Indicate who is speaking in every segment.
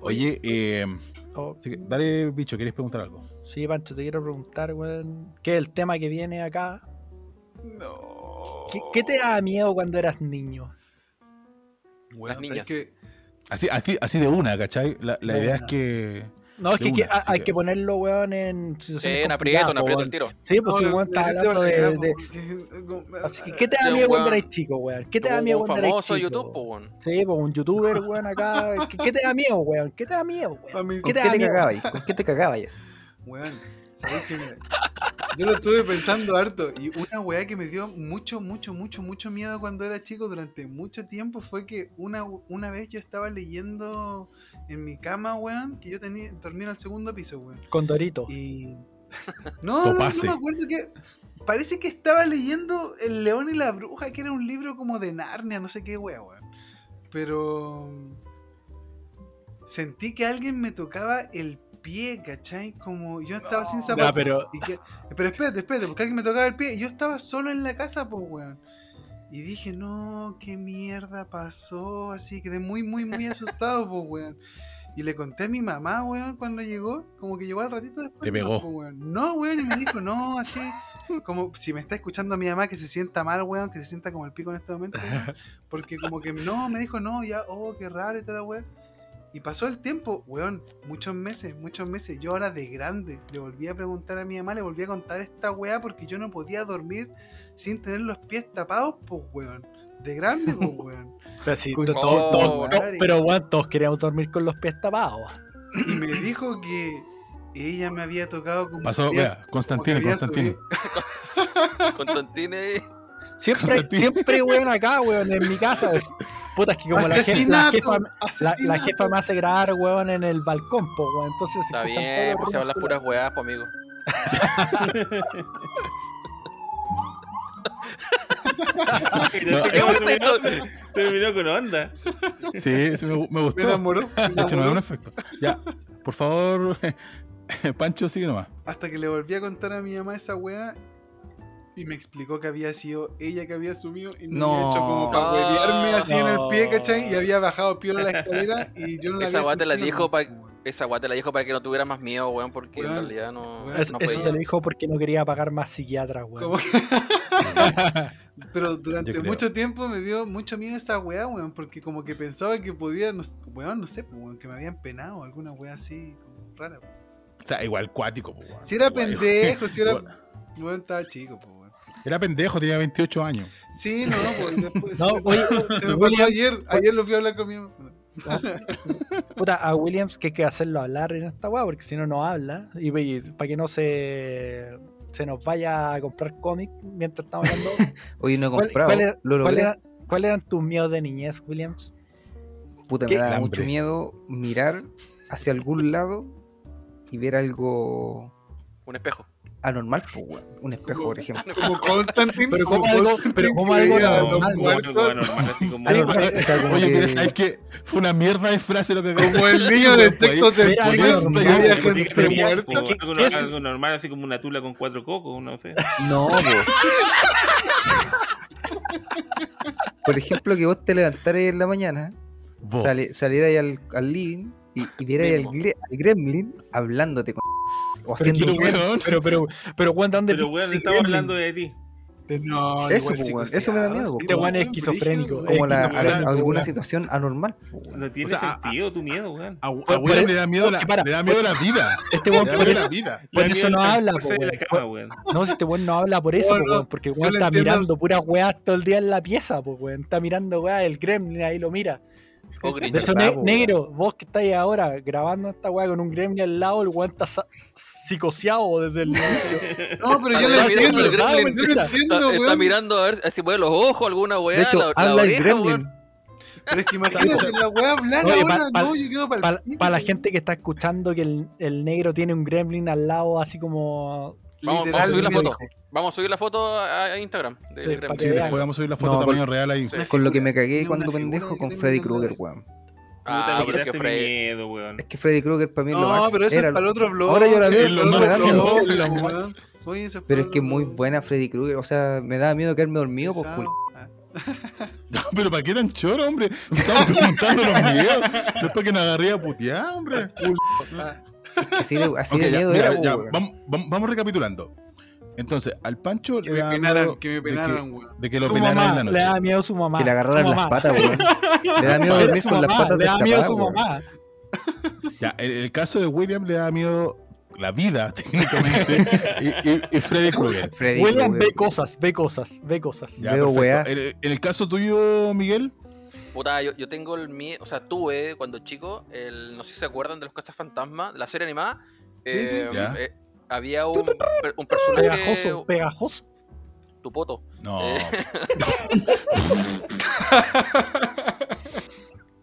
Speaker 1: Oye, eh, sí, dale, bicho, ¿quieres preguntar algo?
Speaker 2: Sí, Pancho, te quiero preguntar, weón, ¿qué es el tema que viene acá?
Speaker 3: No.
Speaker 2: ¿Qué, qué te daba miedo cuando eras niño?
Speaker 3: Weón,
Speaker 4: Las
Speaker 3: ¿sabes
Speaker 4: niñas.
Speaker 3: qué?
Speaker 1: Así, así, así de una, ¿cachai? La, la
Speaker 2: De
Speaker 1: idea
Speaker 2: una.
Speaker 1: es que.
Speaker 2: No, es
Speaker 1: De
Speaker 2: que, que-
Speaker 1: una,
Speaker 2: hay
Speaker 1: así
Speaker 2: que
Speaker 1: que-
Speaker 2: ponerlo, weón, en situaciones
Speaker 4: Sí, en
Speaker 2: complicadas,
Speaker 4: aprieto, en aprieto el
Speaker 2: weón.
Speaker 4: tiro.
Speaker 2: Sí, pues sí,
Speaker 3: No,
Speaker 2: weón, estaba
Speaker 3: de- de-
Speaker 2: hablando de... de-
Speaker 3: de-
Speaker 2: Así que, ¿qué te
Speaker 4: De
Speaker 2: da
Speaker 4: un
Speaker 2: miedo cuando
Speaker 4: weón-
Speaker 2: eras chico, weón? ¿Qué te
Speaker 4: Como
Speaker 2: da miedo
Speaker 4: un
Speaker 2: cuando eras chico?
Speaker 4: famoso YouTube,
Speaker 2: weón?
Speaker 4: po, weón.
Speaker 2: Sí, pues un youtuber, weón, acá. ¿Qué, qué te da miedo, weón? ¿Qué te da miedo,
Speaker 3: A
Speaker 2: weón?
Speaker 3: mí-
Speaker 2: ¿Qué
Speaker 3: ¿Con
Speaker 2: te
Speaker 4: Ah,
Speaker 5: ¿Qué
Speaker 2: da
Speaker 5: te
Speaker 2: miedo?
Speaker 5: cagabais? ¿Con qué te cagabais?
Speaker 3: Weón, ¿sabes qué? Mira, Yo lo estuve pensando harto y una weá que me dio mucho, mucho, mucho, mucho miedo cuando era chico durante mucho tiempo fue que una, una vez yo estaba leyendo en mi cama, weón, que yo tenía, dormía en el segundo piso, weón.
Speaker 2: Con Dorito.
Speaker 3: Y... No, no, no,
Speaker 1: Topase.
Speaker 3: me acuerdo que... Parece que estaba leyendo El León y la Bruja, que era un libro como de Narnia, no sé qué weá, weón. Pero... Sentí que alguien me tocaba el pie, ¿cachai? Como yo estaba sin zapatos.
Speaker 2: No, pero...
Speaker 3: Y que- pero espérate, espérate, porque alguien me tocaba el pie. y Yo estaba solo en la casa, pues, weón. Y dije, no, qué mierda pasó. Así quedé muy, muy, muy asustado, pues, weón. Y le conté a mi mamá, weón, cuando llegó. Como que llegó al ratito después.
Speaker 1: Te
Speaker 3: nomás,
Speaker 1: pegó.
Speaker 3: pues, weón. No, weón, y me dijo, no, así. Como si me está escuchando mi mamá que se sienta mal, weón, que se sienta como el pico en este momento. weón, Porque como que no, me dijo, no, ya, oh, qué raro y toda la weón. Y pasó el tiempo, weón, muchos meses, muchos meses. Yo ahora de grande le volví a preguntar a mi mamá, le volví a contar esta weá porque yo no podía dormir sin tener los pies tapados, pues weón. De grande, pues weón.
Speaker 2: Pero, sí,
Speaker 3: Con-
Speaker 2: to- to-
Speaker 4: Oh,
Speaker 2: to- to-
Speaker 3: madre.
Speaker 2: pero, weón, todos queríamos dormir con los pies tapados.
Speaker 3: Y me dijo que ella me había tocado como.
Speaker 1: Pasó,
Speaker 3: había-
Speaker 1: vea, Constantine,
Speaker 3: como que había
Speaker 1: Constantine.
Speaker 4: Con Tontine.
Speaker 2: Siempre,
Speaker 1: Constantino.
Speaker 2: siempre, weón, acá, weón, en mi casa. weón. Puta, es que como la je- la
Speaker 3: Asesinato,
Speaker 2: jefa, la,
Speaker 3: asesinato.
Speaker 2: la jefa me hace grabar, weón, en el balcón, po, weón. Entonces se
Speaker 4: Está
Speaker 2: escuchan
Speaker 4: bien,
Speaker 2: todos
Speaker 4: pues
Speaker 2: los
Speaker 4: se van las
Speaker 2: ruidos.
Speaker 4: puras weas, pues amigo.
Speaker 6: Y
Speaker 1: No,
Speaker 6: después
Speaker 4: es-
Speaker 6: terminó, terminó con onda.
Speaker 1: Sí, sí, me, me
Speaker 3: Me
Speaker 1: gustó.
Speaker 3: enamoró.
Speaker 1: De
Speaker 3: me
Speaker 1: hecho, no es
Speaker 3: enamoró.
Speaker 1: un efecto. Ya, por favor, Pancho, sigue nomás.
Speaker 3: Hasta que le volví a contar a mi mamá esa weá. Y me explicó que había sido ella que había subido y me
Speaker 5: No.
Speaker 3: había hecho como para huevearme así en el pie,
Speaker 2: No.
Speaker 3: ¿cachai? Y había bajado piola la escalera y yo no la
Speaker 4: Esa
Speaker 3: había
Speaker 4: weá te la
Speaker 3: sentido,
Speaker 4: dijo
Speaker 3: pues,
Speaker 4: pa-
Speaker 3: weón.
Speaker 4: Esa guata la dijo para que no tuvieras más miedo, weón, porque en
Speaker 3: Weón,
Speaker 4: realidad no,
Speaker 3: weón.
Speaker 2: Es-
Speaker 4: no
Speaker 2: eso
Speaker 4: podía.
Speaker 2: te lo dijo porque no quería pagar más psiquiatras, weón.
Speaker 3: Como- Pero durante
Speaker 1: creo.
Speaker 3: mucho tiempo me dio mucho miedo esa weá, weón, porque como que pensaba que podía, no, s- weón, no sé, pues, weón, que me habían penado, alguna weá así, como rara. weón.
Speaker 1: O sea, igual cuático, po, weón.
Speaker 3: Si era
Speaker 1: Igual-
Speaker 3: pendejo, si era,
Speaker 1: igual-
Speaker 3: weón, estaba chico, pues, weón.
Speaker 1: Era pendejo, tenía 28 años.
Speaker 3: Sí, no, pues, después,
Speaker 2: No,
Speaker 3: se me-
Speaker 2: oye,
Speaker 3: se me pasó
Speaker 2: William-
Speaker 3: ayer, ayer lo fui a hablar con mi mamá.
Speaker 2: Puta, a Williams que hay que hacerlo hablar en esta weá, porque si no, no habla. Y, para que no se, se nos vaya a comprar cómic mientras estamos hablando.
Speaker 5: Hoy no he
Speaker 2: ¿Cuál-
Speaker 5: comprado.
Speaker 2: cuál era-
Speaker 5: lo
Speaker 2: ¿Cuál
Speaker 5: logré.
Speaker 2: era- ¿Cuáles eran tus miedos de niñez, Williams?
Speaker 5: Puta,
Speaker 2: qué
Speaker 5: me da
Speaker 1: hambre.
Speaker 5: mucho miedo mirar hacia algún lado y ver algo
Speaker 4: Un espejo.
Speaker 5: anormal, po, weón. Un espejo, por ejemplo.
Speaker 3: Como Constantine.
Speaker 2: Pero como algo- pero como algo
Speaker 3: creía a los
Speaker 6: Como- como
Speaker 3: muertos,
Speaker 6: algo anormal, así como-
Speaker 2: Sí,
Speaker 5: Anormal, o sea, como
Speaker 1: Oye,
Speaker 5: que-
Speaker 1: mira, ¿sabes qué? Fue una mierda de frase lo que acabo
Speaker 3: Como el
Speaker 1: decir,
Speaker 3: niño de
Speaker 1: weón, fue ahí.
Speaker 3: sexto
Speaker 2: Mira,
Speaker 3: sentido
Speaker 2: algo
Speaker 3: que
Speaker 2: normal,
Speaker 3: veía
Speaker 6: como-
Speaker 3: gente
Speaker 6: como-
Speaker 3: muerta.
Speaker 6: como algo,
Speaker 2: ¿Qué es?
Speaker 6: algo normal, así como una tula con cuatro cocos, no sé.
Speaker 5: No, po. Por ejemplo, que vos te levantaras en la mañana,
Speaker 1: Vos.
Speaker 5: sale, salieras al, al living y, y vieras al,
Speaker 4: Mínimo.
Speaker 5: gle- al gremlin hablándote con. O haciendo
Speaker 1: Pero,
Speaker 5: un
Speaker 1: weón,
Speaker 2: Pero, pero, pero, weón, ¿de dónde
Speaker 6: Pero
Speaker 2: viste
Speaker 6: weón,
Speaker 2: ese
Speaker 6: estamos
Speaker 2: gremlin?
Speaker 6: hablando de ti.
Speaker 3: Eh, No,
Speaker 5: Eso,
Speaker 3: igual
Speaker 5: pues,
Speaker 3: sí,
Speaker 5: weón,
Speaker 3: pues,
Speaker 5: eso me da
Speaker 3: sí,
Speaker 5: miedo,
Speaker 3: sí,
Speaker 5: pues.
Speaker 2: Este weón es esquizofrénico.
Speaker 5: como la,
Speaker 1: Eh, quizá-
Speaker 5: alguna situación anormal. po, weón.
Speaker 6: No tiene
Speaker 1: O sea, a-
Speaker 6: sentido tu miedo, weón.
Speaker 1: A, a
Speaker 2: Por-
Speaker 1: William
Speaker 2: por-
Speaker 1: le da miedo, la,
Speaker 2: Oye, para,
Speaker 1: le da miedo la vida.
Speaker 2: Este
Speaker 1: Le
Speaker 2: weón,
Speaker 1: da
Speaker 2: por
Speaker 1: miedo la
Speaker 2: eso,
Speaker 1: vida.
Speaker 2: por
Speaker 6: La
Speaker 2: eso
Speaker 6: mierda
Speaker 2: no
Speaker 6: que
Speaker 2: habla,
Speaker 6: hace
Speaker 2: po,
Speaker 6: de la
Speaker 2: weón.
Speaker 6: cama, weón.
Speaker 2: no, si este weón no habla por eso,
Speaker 3: No,
Speaker 2: po,
Speaker 3: no,
Speaker 2: weón, porque el
Speaker 3: yo
Speaker 2: weón
Speaker 3: lo
Speaker 2: está
Speaker 3: entiendo.
Speaker 2: mirando puras weas todo el día en la pieza, pues weón. Está mirando weas, el gremlin ahí lo mira.
Speaker 4: O
Speaker 2: De
Speaker 4: Oh, Grinch.
Speaker 2: hecho, ne-
Speaker 5: verdad, po,
Speaker 2: negro, vos que estáis ahora grabando esta weá con un gremlin al lado, el weón está sa- psicoseado desde el inicio.
Speaker 3: No, pero yo
Speaker 4: Está
Speaker 3: lo entiendo.
Speaker 4: mirando el
Speaker 3: Yo
Speaker 4: gremlin.
Speaker 3: lo
Speaker 4: Está,
Speaker 3: entiendo,
Speaker 4: está
Speaker 3: weón.
Speaker 4: mirando a ver si puede los ojos, alguna weá,
Speaker 5: De hecho,
Speaker 4: la, la
Speaker 5: habla el
Speaker 4: oreja,
Speaker 5: gremlin.
Speaker 4: weón.
Speaker 3: Pero es que imagínate la wea hablar
Speaker 2: Oye,
Speaker 3: ahora.
Speaker 2: pa- pa-
Speaker 3: no, yo quedo para
Speaker 2: Para, para la gente que está escuchando que el, el negro tiene un gremlin al lado, así como.
Speaker 4: Vamos- vamos a subir la foto. Vamos a subir la foto a, a Instagram. del
Speaker 2: Sí,
Speaker 4: gremlin.
Speaker 2: para que
Speaker 1: Sí,
Speaker 2: vean.
Speaker 1: después vamos a subir la foto
Speaker 5: No,
Speaker 1: de tamaño real ahí.
Speaker 4: Sí.
Speaker 5: Con lo que me cagué
Speaker 3: Tiene
Speaker 5: cuando
Speaker 3: una figura
Speaker 5: pendejo
Speaker 3: que
Speaker 5: con
Speaker 3: tiene
Speaker 5: Freddy
Speaker 3: una
Speaker 5: Krueger,
Speaker 3: cara.
Speaker 5: weón.
Speaker 6: Puta, este
Speaker 4: Ah,
Speaker 6: me
Speaker 4: pero es
Speaker 6: quitaste
Speaker 4: que
Speaker 6: mi
Speaker 4: Freddy.
Speaker 6: miedo, weón.
Speaker 5: Es que Freddy Krueger para mí es lo
Speaker 3: No,
Speaker 5: máximo.
Speaker 3: pero eso es
Speaker 5: Era
Speaker 3: para
Speaker 5: lo-
Speaker 3: el otro blog.
Speaker 5: Ahora yo la veo,
Speaker 3: es
Speaker 1: lo máximo. Lo
Speaker 5: Pero es que es muy buena Freddy Krueger. O sea, me da miedo quedarme dormido, pues, cul-
Speaker 1: No, pero ¿para qué tan choro, hombre? Si estamos preguntando los videos. No es para que nos agarré a putear, hombre.
Speaker 3: Ah,
Speaker 5: Así de, así
Speaker 1: Ok,
Speaker 5: de
Speaker 1: ya,
Speaker 5: miedo
Speaker 1: mira,
Speaker 5: era,
Speaker 1: ya,
Speaker 5: po, weón.
Speaker 1: vamos, vamos- vamos recapitulando. Entonces, al Pancho
Speaker 3: Que
Speaker 1: le
Speaker 3: me
Speaker 1: da
Speaker 3: penaran,
Speaker 1: miedo
Speaker 3: que me
Speaker 1: de que-
Speaker 3: penaran, weón.
Speaker 1: de que lo
Speaker 2: su
Speaker 1: penaran en
Speaker 2: mamá,
Speaker 1: la
Speaker 2: le da
Speaker 1: noche.
Speaker 2: miedo su mamá.
Speaker 5: Que le agarraran
Speaker 2: su
Speaker 5: las
Speaker 2: mamá.
Speaker 5: patas, weón. Le da miedo
Speaker 1: Su
Speaker 5: dormir
Speaker 2: Su
Speaker 5: con las
Speaker 2: mamá,
Speaker 5: patas
Speaker 2: le da miedo
Speaker 5: destapadas,
Speaker 2: su
Speaker 5: weón.
Speaker 2: mamá.
Speaker 1: Ya, el, el caso de William le da miedo la vida, técnicamente. y, y- y Freddy Krueger.
Speaker 5: Freddy
Speaker 2: William ve
Speaker 5: Krueger.
Speaker 2: cosas, ve cosas, ve cosas.
Speaker 1: Ya,
Speaker 5: Veo
Speaker 1: perfecto.
Speaker 5: weá.
Speaker 1: En, en el caso tuyo, Miguel,
Speaker 4: Puta, yo, yo tengo el miedo, o sea, tuve cuando chico, el, no sé si se acuerdan de los Cazafantasmas, la serie animada.
Speaker 3: Sí, sí, sí.
Speaker 1: Ya.
Speaker 4: eh, había un, per- un personaje.
Speaker 2: Pegajoso, pegajoso.
Speaker 4: Tu poto.
Speaker 1: no.
Speaker 4: Eh.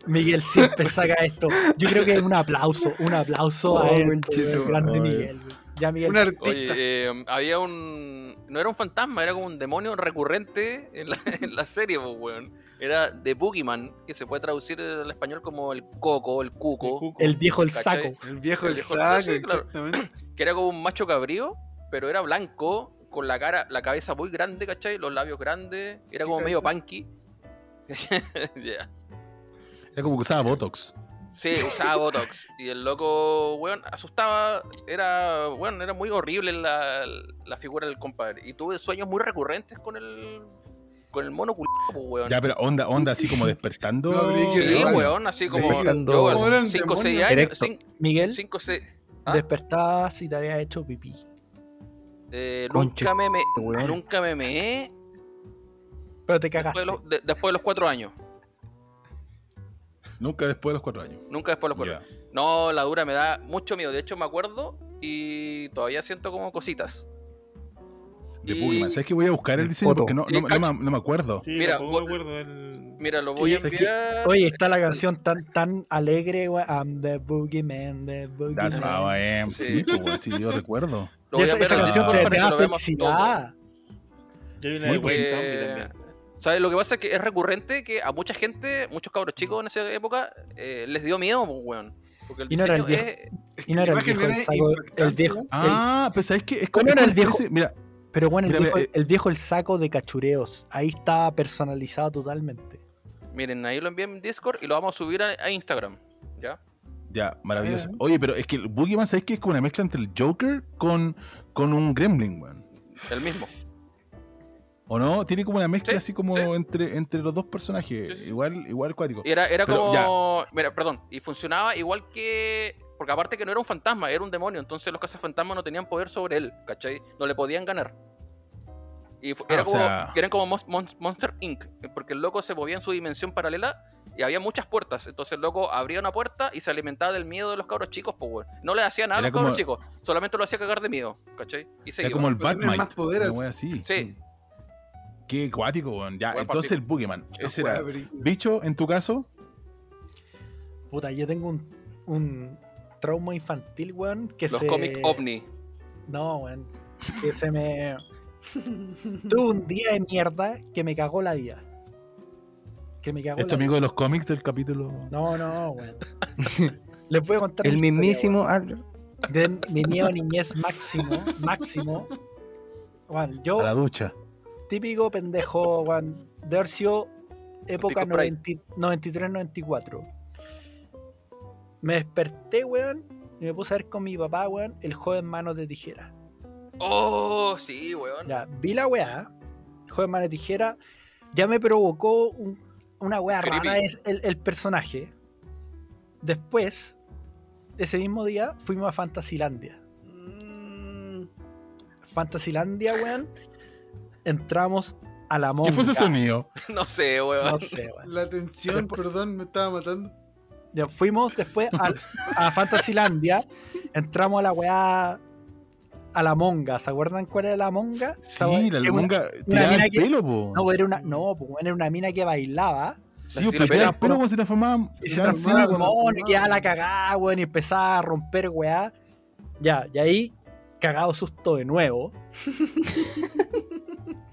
Speaker 2: Miguel siempre saca esto. Yo creo que es un aplauso, un aplauso a
Speaker 5: Oh,
Speaker 2: él.
Speaker 5: conchito,
Speaker 2: weón. grande
Speaker 1: oh,
Speaker 2: Miguel. weón. Ya Miguel.
Speaker 3: Un artista.
Speaker 4: Oye, eh, había un. No era un fantasma, era como un demonio recurrente en la, en la serie, pues, weón. Era The Boogeyman, que se puede traducir al español como el coco, el cuco,
Speaker 2: El viejo el
Speaker 4: ¿Cachai?
Speaker 2: saco.
Speaker 3: el viejo
Speaker 4: el
Speaker 3: del
Speaker 4: viejo-
Speaker 3: saco,
Speaker 4: sí, claro.
Speaker 3: exactamente.
Speaker 4: que era como un macho cabrío, pero era blanco, con la cara, la cabeza muy grande, ¿cachai? Los labios grandes, era como
Speaker 3: ¿Qué
Speaker 4: medio
Speaker 3: cabeza?
Speaker 4: punky. Ya.
Speaker 1: Era como que usaba Botox.
Speaker 4: Sí, usaba Botox. Y el loco, weón, asustaba. Era, weón, era muy horrible la, la figura del compadre. Y tuve sueños muy recurrentes con el con el mono culiado, weón.
Speaker 1: Ya, pero onda, onda, así como despertando.
Speaker 3: No, pero hay que
Speaker 4: sí,
Speaker 3: pero-
Speaker 4: weón, así como
Speaker 5: Despertando-
Speaker 4: yo
Speaker 5: Como
Speaker 3: era
Speaker 4: a
Speaker 3: un
Speaker 4: 5 o 6
Speaker 3: demonio.
Speaker 4: años.
Speaker 5: Erecto.
Speaker 4: 5
Speaker 2: Miguel,
Speaker 4: 6. ¿Ah?
Speaker 2: despertabas y te había hecho pipí.
Speaker 4: Eh,
Speaker 5: Conche
Speaker 4: nunca me, me-
Speaker 5: weón.
Speaker 4: nunca me meé
Speaker 2: Pero te
Speaker 4: después
Speaker 2: cagaste.
Speaker 4: de, los, de- después de los 4 años.
Speaker 1: Nunca después de los cuatro años.
Speaker 4: Nunca después de los 4
Speaker 1: Ya.
Speaker 4: No, la dura me da mucho miedo. De hecho, me acuerdo y todavía siento como cositas.
Speaker 1: De
Speaker 4: Y-
Speaker 1: Pokémon. ¿Sabes que voy a buscar el
Speaker 5: El
Speaker 1: diseño?
Speaker 5: poto.
Speaker 1: Porque no, no,
Speaker 4: Y
Speaker 1: no
Speaker 4: cacho.
Speaker 1: me- no me acuerdo.
Speaker 6: Sí,
Speaker 4: Mira,
Speaker 6: Mira, tampoco
Speaker 4: bu-
Speaker 6: me acuerdo del.
Speaker 4: Mira, lo voy a
Speaker 2: Es que-
Speaker 4: enviar.
Speaker 2: Oye, está la canción tan, tan alegre, weón. I'm the boogeyman, the
Speaker 1: That's how
Speaker 2: boogeyman.
Speaker 1: I am. Sí,
Speaker 4: Sí.
Speaker 1: pues, bueno, sí, yo recuerdo.
Speaker 4: Lo
Speaker 2: Y
Speaker 4: voy a
Speaker 2: Esa,
Speaker 4: ver
Speaker 2: esa
Speaker 4: en el
Speaker 2: canción
Speaker 4: Discord
Speaker 2: te,
Speaker 1: Ah.
Speaker 4: para
Speaker 2: te
Speaker 4: que
Speaker 2: da
Speaker 4: lo veamos todo.
Speaker 2: felicidad.
Speaker 6: Ya vi una
Speaker 1: Sí,
Speaker 6: de
Speaker 1: pues.
Speaker 6: White
Speaker 4: Eh,
Speaker 6: Zombie también.
Speaker 4: ¿Sabes? Lo que pasa es que es recurrente que a mucha gente, muchos cabros chicos en esa época, eh, les dio miedo, pues, weón. Porque el
Speaker 2: Y no era
Speaker 4: diseño
Speaker 2: el
Speaker 4: es.
Speaker 2: Y no era el
Speaker 3: Imagen
Speaker 2: viejo el
Speaker 3: era
Speaker 2: saco. El
Speaker 3: impactante,
Speaker 2: viejo.
Speaker 3: ¿no?
Speaker 2: el-
Speaker 1: Ah, pues ¿sabes qué? Es
Speaker 2: ¿Cuál era el viejo?
Speaker 1: parece- Mira,
Speaker 2: pero bueno, el
Speaker 1: Mira,
Speaker 2: viejo,
Speaker 1: mira, eh.
Speaker 2: el viejo el saco de cachureos. Ahí está personalizado totalmente.
Speaker 4: Miren, ahí lo envié en Discord y lo vamos a subir a, a Instagram. ¿Ya?
Speaker 1: ya, maravilloso. Oye, pero es que el Boogeyman, ¿sabes qué? Es como una mezcla entre el Joker con, con un Gremlin, weón.
Speaker 4: El mismo.
Speaker 1: ¿O no? Tiene como una mezcla
Speaker 4: Sí,
Speaker 1: así como
Speaker 4: sí.
Speaker 1: entre, entre los dos personajes.
Speaker 4: Sí, sí.
Speaker 1: Igual, igual cuático.
Speaker 4: Y Era, era
Speaker 1: Pero
Speaker 4: como. Mira, perdón. Y funcionaba igual que. Porque aparte que no era un fantasma, era un demonio. Entonces los cazafantasmas no tenían poder sobre él, ¿cachai? No le podían ganar. Y fu-
Speaker 1: Ah,
Speaker 4: era
Speaker 1: o
Speaker 4: como,
Speaker 1: sea-
Speaker 4: eran como Mons- Mons- Monster Inc. Porque el loco se movía en su dimensión paralela y había muchas puertas. Entonces el loco abría una puerta y se alimentaba del miedo de los cabros chicos, pues, weón. No le hacía nada a
Speaker 1: Era
Speaker 4: los cabros
Speaker 1: como-
Speaker 4: chicos. Solamente lo hacía cagar de miedo, ¿cachai? Y se
Speaker 1: Era
Speaker 4: iba.
Speaker 1: como el
Speaker 3: Pero tiene
Speaker 1: Batman.
Speaker 3: más poder,
Speaker 1: Una
Speaker 3: así.
Speaker 1: wea así.
Speaker 4: Sí.
Speaker 1: Qué cuático, weón. Ya,
Speaker 4: Buen
Speaker 1: entonces
Speaker 4: partido.
Speaker 1: el Boogeyman. Ese
Speaker 3: Wea,
Speaker 1: era.
Speaker 3: pero-
Speaker 1: Bicho, en tu caso,
Speaker 2: Puta, yo tengo un, un trauma infantil, weón. Que
Speaker 4: Los
Speaker 2: se...
Speaker 4: cómics ovni.
Speaker 2: No, weón. Que se me. Tuve un día de mierda que me cagó la vida. Que me cagó
Speaker 1: es tu
Speaker 2: la
Speaker 1: amigo de los cómics del capítulo.
Speaker 2: vida. No, no, weón. Les voy a contar.
Speaker 5: El
Speaker 2: mi historia,
Speaker 5: mismísimo Al-
Speaker 2: weón, de mi miedo a niñez máximo. Máximo. Weón, yo,
Speaker 1: A la ducha.
Speaker 2: típico pendejo, weón. De haber sido época
Speaker 4: Pico Pride.
Speaker 2: 93-94. Me desperté, weón. Y me puse a ver con mi papá, weón, el joven manos de tijera.
Speaker 4: Oh, sí, weón.
Speaker 2: Ya, vi la weá, joven mano de tijera, ya me provocó un- una weá
Speaker 4: Creepy.
Speaker 2: rara es el, el personaje. Después, ese mismo día, fuimos a Fantasilandia.
Speaker 3: Mm,
Speaker 2: Fantasilandia, weón. Entramos a la monga.
Speaker 1: ¿Qué fue ese sonido?
Speaker 4: No sé, weón.
Speaker 2: No sé, weón.
Speaker 3: La tensión, perdón, me estaba matando.
Speaker 2: Ya fuimos después al- a, Fantasylandia, entramos a la weá a la monga. ¿Se acuerdan cuál era la monga?
Speaker 1: Sí,
Speaker 2: Esa weá-
Speaker 1: la
Speaker 2: que una-
Speaker 1: longa tiraba
Speaker 2: mina
Speaker 1: el
Speaker 2: que-
Speaker 1: pelo, po.
Speaker 2: No, era una, no, pues, weón, era una mina que bailaba.
Speaker 1: sí,
Speaker 4: la
Speaker 1: pues,
Speaker 4: Silvia
Speaker 1: tiraba el
Speaker 4: Pérez.
Speaker 1: pelo como se transformaba. Se
Speaker 3: Y se
Speaker 1: daba
Speaker 3: transformaba
Speaker 1: encima
Speaker 3: como-
Speaker 1: con-
Speaker 2: Mono, y quedaba la cagada, weón, y empezaba a romper weá. Ya, y ahí, cagado susto de nuevo.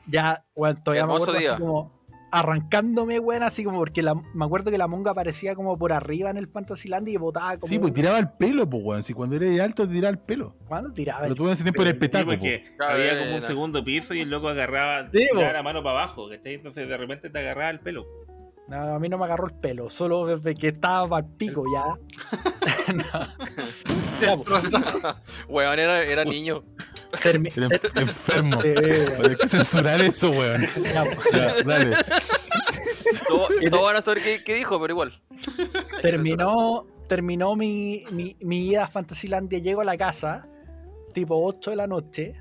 Speaker 2: ya, weón, todavía me
Speaker 4: Hermoso
Speaker 2: acuerdo
Speaker 4: día.
Speaker 2: así como arrancándome, weón, así como porque la- me acuerdo que la monga aparecía como por arriba en el Fantasylandia y botaba como.
Speaker 1: Sí, pues tiraba el pelo, po, weón. Si cuando eres alto, tiraba el pelo.
Speaker 2: ¿Cuándo tiraba?
Speaker 1: Lo tuve en ese tiempo el espectáculo. po.
Speaker 6: porque
Speaker 4: Claro,
Speaker 6: había
Speaker 4: era-
Speaker 6: como un
Speaker 4: era-
Speaker 6: segundo piso y el loco agarraba
Speaker 2: Sí,
Speaker 6: tiraba
Speaker 2: po.
Speaker 6: la mano para abajo, ¿cachai? Entonces de repente te agarraba el pelo.
Speaker 2: No, a mí no me agarró el pelo, solo que- que estaba al pico ya. No,
Speaker 3: Destrozado.
Speaker 4: Weón era, era niño.
Speaker 2: termi-
Speaker 1: Era en- enfermo.
Speaker 2: Sí, weón,
Speaker 1: Hay que censurar eso, weón.
Speaker 2: ya, pues.
Speaker 1: Ya, dale.
Speaker 4: Todos todos van a saber qué, qué dijo, pero igual. Hay que censurar.
Speaker 2: terminó terminó mi, mi, mi ida a Fantasylandia, llego a la casa, tipo 8 de la noche,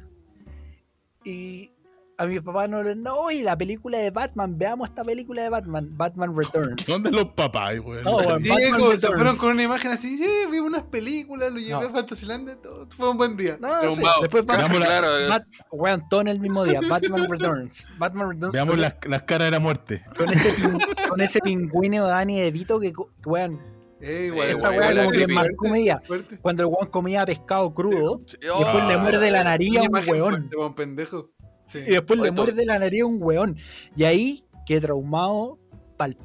Speaker 2: y a mi papá no le... No, y la película de Batman, veamos esta película de Batman, Batman Returns.
Speaker 1: ¿Dónde los papás, weón?
Speaker 2: No, weón,
Speaker 3: Sí,
Speaker 2: Batman
Speaker 3: como se
Speaker 2: Returns.
Speaker 3: fueron con una imagen así, eh, vi unas películas, lo llevé
Speaker 2: No.
Speaker 3: a Fantasylandia, todo, fue un buen día.
Speaker 2: No, sí,
Speaker 4: Traumado.
Speaker 2: después Batman,
Speaker 1: Veamos la-
Speaker 4: Claro, eh,
Speaker 2: Bat- weón, todo en el mismo día, Batman Returns. Batman Returns
Speaker 1: Veamos
Speaker 2: con-
Speaker 1: las, las caras de la muerte.
Speaker 2: con, ese pin- con ese pingüino Dani de Vito que, co- que, weón,
Speaker 3: Eh,
Speaker 4: Sí,
Speaker 3: igual,
Speaker 4: esta
Speaker 2: esta
Speaker 4: weón,
Speaker 2: weá
Speaker 4: era
Speaker 2: como que
Speaker 4: creepy.
Speaker 2: marcó mi día.
Speaker 3: fuerte.
Speaker 2: Cuando el weón comía pescado crudo,
Speaker 4: oh,
Speaker 2: y después le
Speaker 1: Ah.
Speaker 2: muerde la nariz a
Speaker 3: Una
Speaker 2: un
Speaker 3: imagen
Speaker 2: weón.
Speaker 3: fuerte, weón, pendejo. Sí.
Speaker 2: Y después
Speaker 4: Oye,
Speaker 2: le
Speaker 4: tú-
Speaker 2: muerde la nariz a un weón. Y ahí, que traumado pal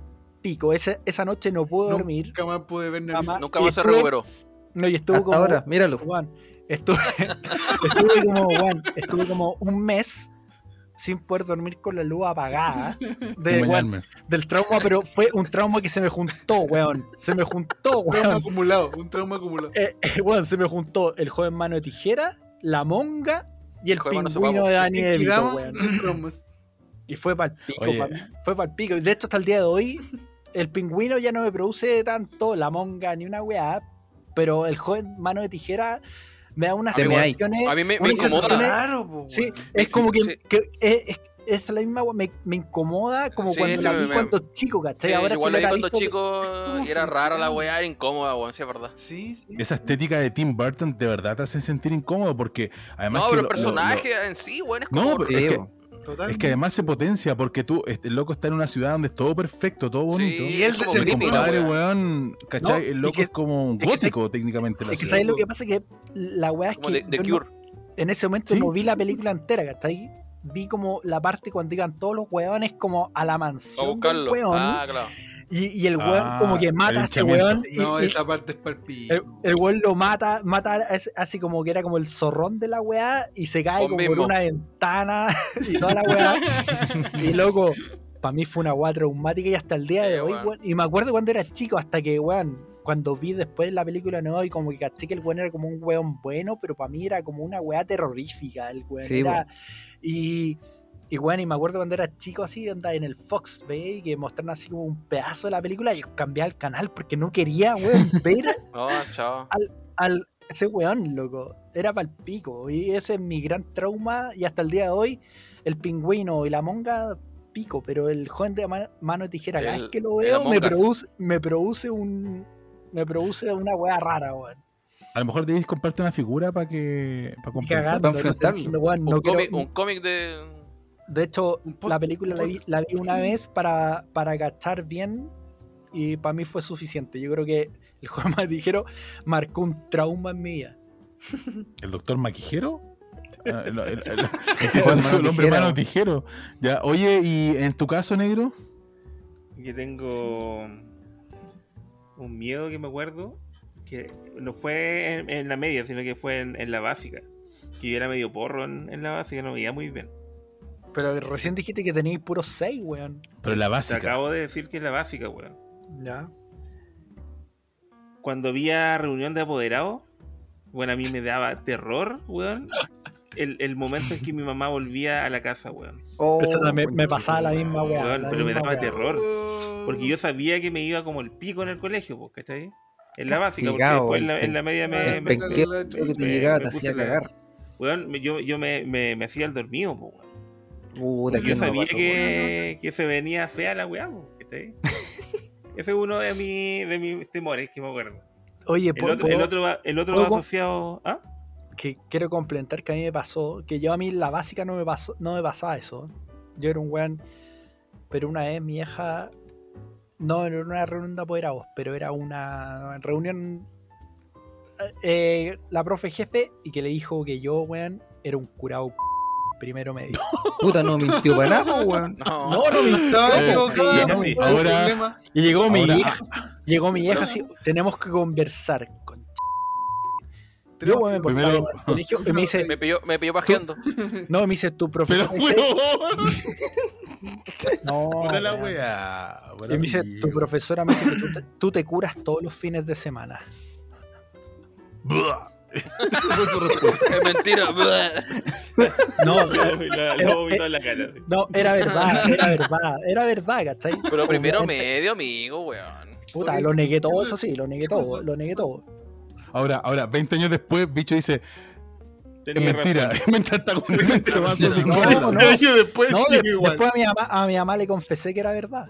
Speaker 2: pico. Ese- esa noche no pude
Speaker 3: No.
Speaker 2: dormir.
Speaker 3: Nunca más pude ver
Speaker 2: Nunca
Speaker 3: nariz.
Speaker 4: Nunca más se
Speaker 2: Estuve-
Speaker 4: recuperó.
Speaker 2: No, y estuvo
Speaker 5: Hasta
Speaker 2: como.
Speaker 5: ahora, míralo.
Speaker 2: weón, estuve, estuve como, weón, estuve como un mes sin poder dormir con la luz apagada.
Speaker 1: sin
Speaker 2: De, weón,
Speaker 1: bañarme.
Speaker 2: del trauma, pero fue un trauma que se me juntó, weón. Se me juntó,
Speaker 3: Un trauma
Speaker 2: weón.
Speaker 3: acumulado, un trauma acumulado.
Speaker 2: Eh, eh, weón, se me juntó el joven mano de tijera, la monga y el
Speaker 4: El joven mano
Speaker 2: pingüino
Speaker 4: sopavo.
Speaker 2: de Dani de Vito,
Speaker 3: Kidama,
Speaker 2: weón.
Speaker 3: traumas.
Speaker 2: Y fue para el pico,
Speaker 1: Oye.
Speaker 2: pa' mí, fue para pico. De hecho, hasta el día de hoy, el pingüino ya no me produce tanto la monga ni una weá, pero el joven mano de tijera me da unas
Speaker 5: Te me hay.
Speaker 2: sensaciones.
Speaker 4: A mí me, me
Speaker 2: Una sensación es-
Speaker 4: incomoda.
Speaker 3: Claro, po, weón.
Speaker 2: Sí, es
Speaker 4: Sí,
Speaker 2: como que,
Speaker 4: sí.
Speaker 2: que- es, es- es la misma weá, me, me incomoda como
Speaker 4: Sí,
Speaker 2: cuando
Speaker 4: sí,
Speaker 2: la
Speaker 4: me-
Speaker 2: vi
Speaker 4: me-
Speaker 2: cuando chico, ¿cachai?
Speaker 4: Sí,
Speaker 2: Ahora
Speaker 4: igual
Speaker 2: si
Speaker 4: lo
Speaker 2: la
Speaker 4: vi cuando
Speaker 2: visto-
Speaker 4: chico y era rara la weá, era incómoda, weón, sí, es verdad.
Speaker 3: Sí, sí.
Speaker 1: Esa estética de Tim Burton de verdad te hace sentir incómodo porque además. que
Speaker 4: No, pero el
Speaker 1: lo- lo-
Speaker 4: personaje en sí, weón, es
Speaker 1: No,
Speaker 4: como.
Speaker 1: pero-
Speaker 5: Sí,
Speaker 1: es que-
Speaker 5: bo.
Speaker 1: lo-
Speaker 3: Total.
Speaker 1: es que además se potencia porque tú, este, el loco está en una ciudad donde es todo perfecto, todo bonito.
Speaker 4: Sí,
Speaker 3: Y él
Speaker 4: es como
Speaker 1: Y el
Speaker 3: creepy, la
Speaker 1: compadre,
Speaker 4: weá.
Speaker 1: weón, ¿cachai?
Speaker 2: No,
Speaker 1: el
Speaker 2: y
Speaker 1: loco
Speaker 2: que-
Speaker 1: es como un
Speaker 2: es que
Speaker 1: gótico técnicamente la
Speaker 2: Es que
Speaker 1: ciudad.
Speaker 2: ¿sabes lo que pasa? Que la weá es
Speaker 4: Como
Speaker 2: que
Speaker 4: de, de
Speaker 2: yo no-
Speaker 4: Cure.
Speaker 2: en ese momento
Speaker 1: Sí.
Speaker 2: no vi la película entera, ¿cachai? Vi como la parte cuando llegan todos los weones como a la
Speaker 4: A
Speaker 2: mansión del
Speaker 4: buscarlo.
Speaker 2: weón,
Speaker 4: Ah, claro.
Speaker 2: y, y el weón
Speaker 1: Ah,
Speaker 2: como que
Speaker 1: el
Speaker 2: mata a este
Speaker 1: hinchamiento.
Speaker 2: weón y,
Speaker 3: No,
Speaker 2: y
Speaker 3: esa parte es palpilla.
Speaker 2: el, el weón lo mata, mata a ese- así como que era como el zorrón de la weá y se cae
Speaker 4: Un
Speaker 2: como por
Speaker 4: bimbo.
Speaker 2: una ventana y toda la weá. y loco, para mí fue una weá traumática y hasta el día
Speaker 4: Sí,
Speaker 2: de hoy,
Speaker 4: weón.
Speaker 2: weón, Y me acuerdo cuando era chico, hasta que weón, cuando vi después la película nueva y como que caché que el weón era como un weón bueno, pero para mí era como una weá terrorífica el weón.
Speaker 5: Sí,
Speaker 2: era-
Speaker 5: weón.
Speaker 2: Y. Y bueno, y me acuerdo cuando era chico así, onda en el Fox, ve, y que mostraron así como un pedazo de la película y cambiaba el canal porque no quería, weón, ver
Speaker 4: No, chao.
Speaker 2: al ese weón, loco. Era pal pico. Y ese es mi gran trauma. Y hasta el día de hoy, el pingüino y la monga, pico. Pero el joven de ma- mano de tijera, cada
Speaker 4: El-
Speaker 2: vez que lo
Speaker 4: el
Speaker 2: veo,
Speaker 4: Among
Speaker 2: me
Speaker 4: Us.
Speaker 2: produce, me produce un. Me produce una weá rara, weón.
Speaker 1: A lo mejor debéis comprarte una figura para que. Para
Speaker 2: Y
Speaker 1: compensar.
Speaker 2: Cagando,
Speaker 5: para enfrentarlo.
Speaker 2: no, weón, no
Speaker 4: Un
Speaker 2: quiero-
Speaker 4: cómic un cómic de.
Speaker 2: De hecho,
Speaker 3: Un pod-
Speaker 2: la película
Speaker 3: un
Speaker 2: la vi, la vi una vez para, para agachar bien y para mí fue suficiente. Yo creo que el joven más ligero marcó un trauma en mi vida.
Speaker 1: ¿El doctor Maquijero? Ah, el, el- el-
Speaker 5: Juan Mano
Speaker 1: el hombre
Speaker 5: Tijero.
Speaker 1: mano tijero. Ya, oye, ¿y en tu caso, negro?
Speaker 6: Yo tengo un miedo que me acuerdo, que no fue en, en la media, sino que fue en, en la básica. Que yo era medio porro en, en la básica, no veía muy bien.
Speaker 2: Pero recién dijiste que teníais puros seis, weón.
Speaker 1: Pero la
Speaker 6: Te
Speaker 1: básica.
Speaker 6: acabo de decir que es la básica, weón.
Speaker 2: Ya.
Speaker 6: Cuando había reunión de apoderados, bueno, a mí me daba terror, weón. El, el momento en que mi mamá volvía a la casa, weón.
Speaker 5: Oh,
Speaker 2: Eso también me
Speaker 5: concha
Speaker 2: pasaba
Speaker 5: su
Speaker 2: la
Speaker 5: madre.
Speaker 2: misma weá.
Speaker 6: Weón,
Speaker 2: la
Speaker 6: pero me
Speaker 2: misma
Speaker 6: daba
Speaker 2: weá.
Speaker 6: terror.
Speaker 3: Oh.
Speaker 6: Porque yo sabía que me iba como el pico en el colegio, pues, ¿cachai? En la básica, porque
Speaker 5: Castigado,
Speaker 6: después en la,
Speaker 5: el
Speaker 6: en la media me,
Speaker 5: El
Speaker 6: me,
Speaker 5: penqueo que te
Speaker 6: me-
Speaker 5: llegaba
Speaker 6: me
Speaker 5: te hacía
Speaker 6: puse la-
Speaker 5: cagar.
Speaker 6: Weón, me- yo, yo me, me, me hacía el dormido, po, weón.
Speaker 5: Puta,
Speaker 6: Yo
Speaker 5: ¿quién no
Speaker 6: sabía
Speaker 5: pasó por una
Speaker 6: que, que se venía fea la weá, po, ¿cachai? Ese es uno de, mi, de mis temores que me acuerdo.
Speaker 2: Oye,
Speaker 6: El
Speaker 2: ¿puedo-
Speaker 6: otro, el otro, va- el otro va
Speaker 2: ¿puedo-
Speaker 6: asociado. ¿Ah?
Speaker 2: que quiero complementar que a mí me pasó, que yo a mí la básica no me pasó, no me pasaba eso. Yo era un weón, pero una vez mi hija, no, no era una reunión de apoderados, pero era una reunión, eh, la profe jefe, y que le dijo que yo, weón, era un curado p- primero medio.
Speaker 5: Puta, no mintió para nada, po, weón.
Speaker 4: No,
Speaker 2: No, no, mi-
Speaker 3: Estaba
Speaker 1: Eh,
Speaker 3: equivocado.
Speaker 6: sí,
Speaker 3: no
Speaker 6: sí.
Speaker 3: fue el
Speaker 1: Ahora-
Speaker 3: problema.
Speaker 2: y llegó mi
Speaker 1: Ahora-
Speaker 2: hija, llegó mi hija así, tenemos que conversar. Con yo,
Speaker 3: Tenemos
Speaker 2: weón, me
Speaker 3: que-
Speaker 2: portaba
Speaker 1: Primero-
Speaker 2: mal al colegio, y me dice,
Speaker 4: me pilló, me pilló pajeando.
Speaker 2: no, me dice tu profe.
Speaker 1: Pero, weón,
Speaker 2: No,
Speaker 1: puta la
Speaker 2: weón.
Speaker 1: weá.
Speaker 2: Y me dice, tu profesora me dice que tú te, tú te curas todos los fines de semana.
Speaker 1: Buah. Esa fue tu respuesta.
Speaker 4: Es mentira.
Speaker 2: No,
Speaker 6: Lo lo- lo vomitó en la cara. sí.
Speaker 2: no, era verdad, era verdad, era verdad, ¿cachai?
Speaker 4: Pero primero
Speaker 2: Obviamente,
Speaker 4: medio, amigo, weón.
Speaker 2: Puta, lo negué todo, eso sí, lo negué
Speaker 3: ¿Qué
Speaker 2: todo,
Speaker 3: pasó?
Speaker 2: lo negué
Speaker 3: ¿Qué pasó?
Speaker 2: todo.
Speaker 1: Ahora, ahora, 20 años después, bicho dice, es
Speaker 6: Tenía
Speaker 1: mentira,
Speaker 6: razón.
Speaker 1: mientras está con un inmenso vaso de
Speaker 4: No,
Speaker 1: licor en la
Speaker 2: no,
Speaker 1: boca.
Speaker 3: Un año después
Speaker 2: No,
Speaker 3: sigue
Speaker 2: de-
Speaker 3: igual.
Speaker 2: después a mi, mamá, a mi mamá le confesé que era verdad.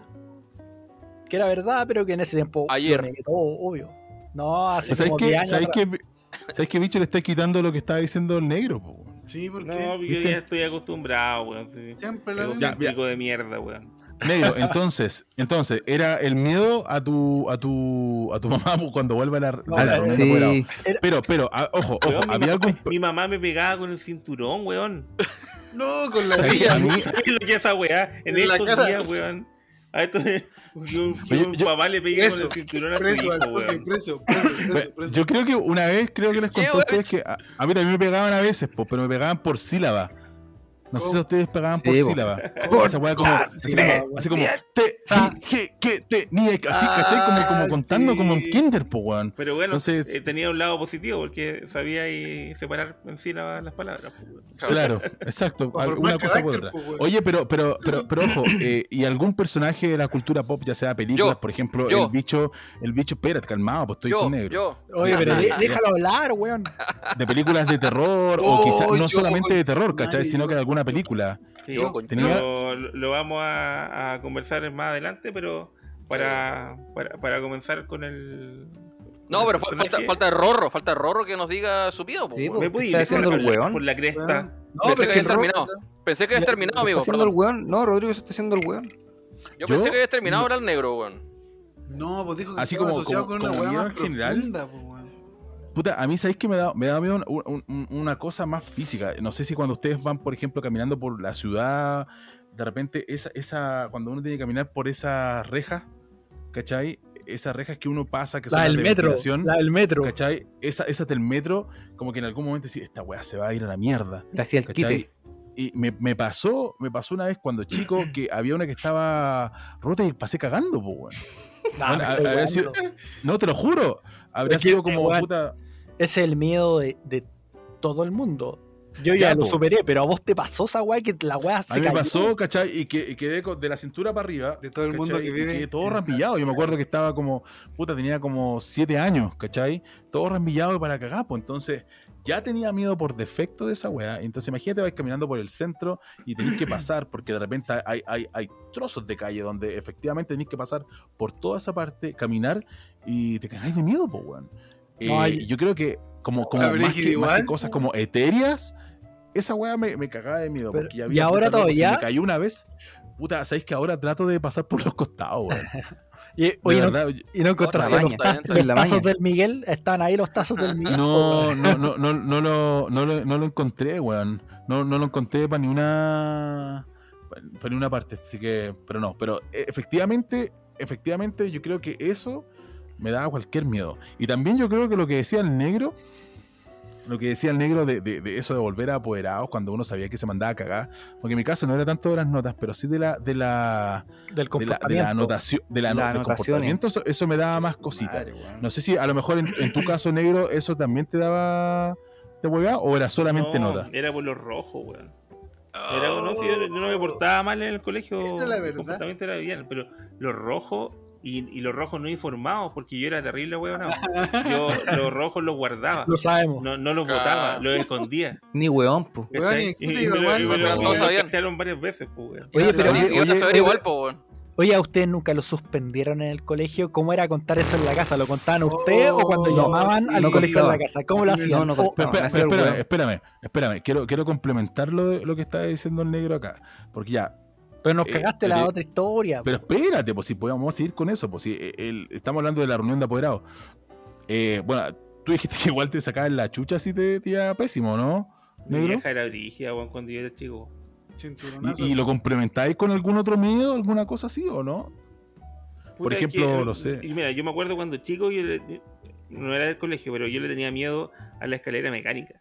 Speaker 2: Que era verdad, pero que en ese tiempo
Speaker 4: Ayer.
Speaker 2: lo negué todo, obvio. No, hace
Speaker 1: Pero ¿Sabes
Speaker 2: como 10
Speaker 1: qué?
Speaker 2: años
Speaker 1: ¿Sabes
Speaker 2: atrás.
Speaker 1: qué? ¿Sabes qué, bicho? Le está quitando lo que estaba diciendo el negro, po. weón.
Speaker 3: Sí, porque
Speaker 6: No, yo
Speaker 1: ¿Viste?
Speaker 6: ya estoy acostumbrado, weón. sí.
Speaker 3: siempre lo mismo.
Speaker 6: Egocéntrico de mierda, weón.
Speaker 1: Negro, entonces, entonces, era el miedo a tu, a tu, a tu mamá po, cuando vuelva a la,
Speaker 2: No,
Speaker 1: a la
Speaker 2: pero-
Speaker 1: reunión de apoderados.
Speaker 5: Ah, Sí,
Speaker 1: Pero, pero, a- ojo, ojo,
Speaker 6: Weón, mi,
Speaker 1: había
Speaker 6: mamá,
Speaker 1: algo.
Speaker 6: mi mamá me pegaba con el cinturón, weón.
Speaker 3: No, con la
Speaker 1: ¿sabes?
Speaker 3: tía.
Speaker 1: A mí-
Speaker 6: ¿Sabes lo que es esa weá? En
Speaker 3: En la
Speaker 6: estos
Speaker 3: cara.
Speaker 6: días, weón. A esto que un, que
Speaker 1: Oye,
Speaker 6: un
Speaker 1: yo-
Speaker 6: papá le pegue con
Speaker 3: Preso,
Speaker 6: el cinturón a su
Speaker 3: Preso,
Speaker 6: hijo,
Speaker 3: al toque,
Speaker 6: weón.
Speaker 3: preso, preso, preso, preso.
Speaker 1: Yo creo que una vez, creo que les
Speaker 4: ¿Qué,
Speaker 1: conté a ustedes que a, a mí también me pegaban a veces, po, pero me pegaban por sílaba. No sé si
Speaker 3: Oh.
Speaker 1: ustedes pegaban
Speaker 5: Sí,
Speaker 1: por
Speaker 5: po.
Speaker 1: sílaba.
Speaker 3: Por
Speaker 1: Esa weá como, así
Speaker 2: sílaba,
Speaker 1: como, así como, te,
Speaker 5: Ah.
Speaker 1: dije que tenía que, así, ¿cachai? Como, como
Speaker 3: Ah,
Speaker 1: contando como en
Speaker 3: sí.
Speaker 1: kinder, po, weón.
Speaker 6: Pero bueno,
Speaker 1: Entonces-
Speaker 6: eh, tenía un lado positivo porque sabía ahí separar en sí la- las palabras. pues, weón.
Speaker 1: Claro, exacto.
Speaker 3: Para formar
Speaker 1: Una cosa por
Speaker 3: carácter,
Speaker 1: otra.
Speaker 3: pues, weón.
Speaker 1: Oye, pero, pero, pero, pero ojo, eh, y algún personaje de la cultura pop, ya sea películas,
Speaker 4: Yo,
Speaker 1: por ejemplo,
Speaker 4: yo.
Speaker 1: el bicho, el bicho, espérate, calmado, pues estoy
Speaker 4: Yo,
Speaker 1: con negro.
Speaker 4: yo.
Speaker 2: Oye, pero
Speaker 1: Ah, Ya,
Speaker 2: dé-
Speaker 1: ya, ya.
Speaker 2: déjalo hablar, weón.
Speaker 1: De películas de terror, o
Speaker 3: Oh,
Speaker 1: quizás no
Speaker 3: yo,
Speaker 1: solamente de terror, ¿cachai?
Speaker 3: madre,
Speaker 1: Sino que
Speaker 3: yo.
Speaker 1: de alguna película.
Speaker 6: Sí,
Speaker 4: Yo con-
Speaker 1: Tenía-
Speaker 6: lo, lo vamos a, a conversar más adelante, pero para, para, para comenzar con el.
Speaker 4: No, pero
Speaker 6: el
Speaker 4: fa- falta,
Speaker 6: personaje,
Speaker 4: falta el rorro, falta el rorro que nos diga su pido. po,
Speaker 5: Sí,
Speaker 4: weón.
Speaker 5: po.
Speaker 6: Me pude
Speaker 5: Está
Speaker 6: ir por
Speaker 5: haciendo
Speaker 6: la-
Speaker 5: el
Speaker 6: por la-
Speaker 5: weón.
Speaker 6: Por la cresta.
Speaker 2: No,
Speaker 4: pensé
Speaker 2: pero
Speaker 4: que
Speaker 2: es
Speaker 4: habías
Speaker 2: que el
Speaker 4: terminado. Pensé que habías terminado,
Speaker 5: se
Speaker 4: amigo.
Speaker 5: está haciendo el
Speaker 4: perdón.
Speaker 5: weón. No, Rodrigo se está haciendo el weón.
Speaker 4: Yo
Speaker 1: ¿Yo?
Speaker 4: pensé que habías terminado, era el negro, weón.
Speaker 3: No, pues dijo que
Speaker 1: Así
Speaker 3: estaba
Speaker 1: como-
Speaker 3: asociado
Speaker 1: como-
Speaker 3: con una
Speaker 1: como
Speaker 3: weá
Speaker 1: miedo
Speaker 3: más
Speaker 1: en general.
Speaker 3: profunda, pues, weón.
Speaker 1: Puta, a mí, ¿sabéis que me da, me da miedo un- un- un- una cosa más física? No sé si cuando ustedes van, por ejemplo, caminando por la ciudad, de repente, esa, esa, cuando uno tiene que caminar por esas rejas, ¿cachai? Esas rejas que uno pasa, que
Speaker 2: La
Speaker 1: son
Speaker 2: del
Speaker 1: las de
Speaker 2: metro,
Speaker 1: ventilación.
Speaker 2: la del metro.
Speaker 1: ¿Cachai? Esa, esas del metro, como que en algún momento decís, esta weá se va a ir a la mierda.
Speaker 5: Le hacía el
Speaker 1: ¿Cachai?
Speaker 5: quite.
Speaker 1: Y me, me pasó, me pasó una vez cuando chico que había una que estaba rota y pasé cagando, po, weón.
Speaker 2: Nah,
Speaker 1: Bueno,
Speaker 2: me
Speaker 1: a-
Speaker 2: estoy
Speaker 1: habrá sido-
Speaker 2: weando.
Speaker 1: No, te lo juro. Habría
Speaker 2: Es que,
Speaker 1: sido como
Speaker 2: weón,
Speaker 1: puta.
Speaker 2: Ese es el miedo de, de todo el mundo. Yo ya,
Speaker 1: Ya,
Speaker 2: lo
Speaker 1: po.
Speaker 2: superé, pero a vos te pasó esa weá que la weá se
Speaker 1: A mí me
Speaker 2: cayó.
Speaker 1: pasó, ¿cachai? Y, que, y quedé co- de la cintura para arriba.
Speaker 3: De todo el mundo
Speaker 1: ¿cachai?
Speaker 3: que
Speaker 1: Y
Speaker 3: vive
Speaker 1: quedé todo
Speaker 3: en esa-
Speaker 1: raspillado. Yo me acuerdo que estaba como, puta, tenía como siete años, ¿cachai? Todo raspillado y para cagar, pues. Entonces, ya tenía miedo por defecto de esa weá. Entonces, imagínate, vais caminando por el centro y tenéis que pasar, porque de repente hay, hay, hay trozos de calle donde efectivamente tenéis que pasar por toda esa parte, caminar y te cagáis de miedo, pues, weón. Eh,
Speaker 2: No, hay-
Speaker 1: y Yo creo que, como, como
Speaker 3: La
Speaker 1: más, que, más
Speaker 3: brígida
Speaker 1: que
Speaker 3: igual,
Speaker 1: cosas
Speaker 3: po.
Speaker 1: como etéreas, esa weá me, me cagaba de miedo.
Speaker 2: Pero-
Speaker 1: porque ya
Speaker 2: ¿y
Speaker 1: había,
Speaker 2: ahora
Speaker 1: puta, loco,
Speaker 2: todavía?
Speaker 1: Si me cayó una vez. Puta, ¿sabéis que ahora trato de pasar por los costados, weón? De
Speaker 2: Y, oye, no,
Speaker 1: verdad,
Speaker 2: y no encontraste
Speaker 5: la
Speaker 2: los,
Speaker 5: maña,
Speaker 2: tazos,
Speaker 4: está
Speaker 2: los
Speaker 5: bien, la
Speaker 2: tazos
Speaker 5: maña.
Speaker 2: del Miguel. Están ahí los tazos del Miguel.
Speaker 1: No, no, no, no, no, lo, no, lo, no lo encontré, weón. No, no lo encontré para ninguna. Para ninguna parte. Así que. Pero no. Pero eh, efectivamente, efectivamente, yo creo que eso me daba cualquier miedo. Y también yo creo que lo que decía el negro. Lo que decía el negro de, de- de eso de volver a apoderados cuando uno sabía que se mandaba a cagar. Porque en mi caso no era tanto de las notas, pero sí de la, de la,
Speaker 2: del
Speaker 1: de la,
Speaker 2: comportamiento.
Speaker 1: de la anotación. De la,
Speaker 5: Las
Speaker 1: no- del
Speaker 5: anotaciones.
Speaker 1: comportamiento. Eso, eso me daba más cositas.
Speaker 5: Madre, weón.
Speaker 1: No sé si a lo mejor en, en tu caso negro eso también te daba te huevaba o era solamente
Speaker 6: No,
Speaker 1: nota.
Speaker 6: Era por los rojos, weón. Era, no, si yo, yo no me portaba mal en el colegio.
Speaker 3: Esa es la
Speaker 6: mi
Speaker 3: verdad.
Speaker 6: comportamiento era bien, pero los rojos Y, y los rojos no informados, porque yo era terrible, weón. Yo los rojos los guardaba.
Speaker 2: Lo sabemos.
Speaker 6: No, no los
Speaker 4: Ah.
Speaker 6: botaba, los escondía.
Speaker 5: Ni weón, po.
Speaker 3: Weón,
Speaker 6: ¿cachai?
Speaker 3: y-
Speaker 6: Y
Speaker 3: y-
Speaker 6: me lo- y me
Speaker 4: pero
Speaker 6: lo-
Speaker 4: todos
Speaker 6: me lo
Speaker 4: sabían.
Speaker 6: cacharon varias veces, pues, weón.
Speaker 2: Oye, pero.
Speaker 4: Iban a- iban a
Speaker 2: oye,
Speaker 4: saber
Speaker 2: oye,
Speaker 4: igual, po, weón.
Speaker 2: oye, a ustedes nunca lo suspendieron en el colegio. ¿Cómo era contar eso en la casa? ¿Lo contaban a ustedes
Speaker 1: Oh,
Speaker 2: o cuando
Speaker 3: No,
Speaker 2: llamaban al
Speaker 3: no
Speaker 2: colegio en la
Speaker 5: contaba.
Speaker 2: casa? ¿Cómo lo
Speaker 1: Eh,
Speaker 3: No,
Speaker 2: hacían?
Speaker 5: no
Speaker 2: O-
Speaker 5: contaba.
Speaker 1: Pero, espera-
Speaker 5: nació el
Speaker 1: espérame,
Speaker 5: weón.
Speaker 1: espérame, espérame. Quiero, quiero complementar lo, de- lo que está diciendo el negro acá. Porque ya,
Speaker 2: Oh, pero nos
Speaker 1: Eh,
Speaker 2: cagaste la
Speaker 1: pero-
Speaker 2: otra historia.
Speaker 1: Pero espérate, pues si podíamos seguir con eso, pues si eh, el- estamos hablando de la reunión de apoderados. Eh, bueno, tú dijiste que igual te sacaban la chucha si te te iba pésimo, ¿no?
Speaker 6: Mi
Speaker 1: ¿Negro?
Speaker 6: vieja era brígida, weón, cuando yo era chico.
Speaker 1: ¿Y,
Speaker 3: Cinturonazo.
Speaker 1: y lo complementáis con algún otro miedo, alguna cosa así o no? Por
Speaker 6: Puta, es
Speaker 1: ejemplo,
Speaker 6: que-
Speaker 1: no sé.
Speaker 6: Y mira, yo me acuerdo cuando chico, yo le- no era del colegio, pero yo le tenía miedo a la escalera mecánica.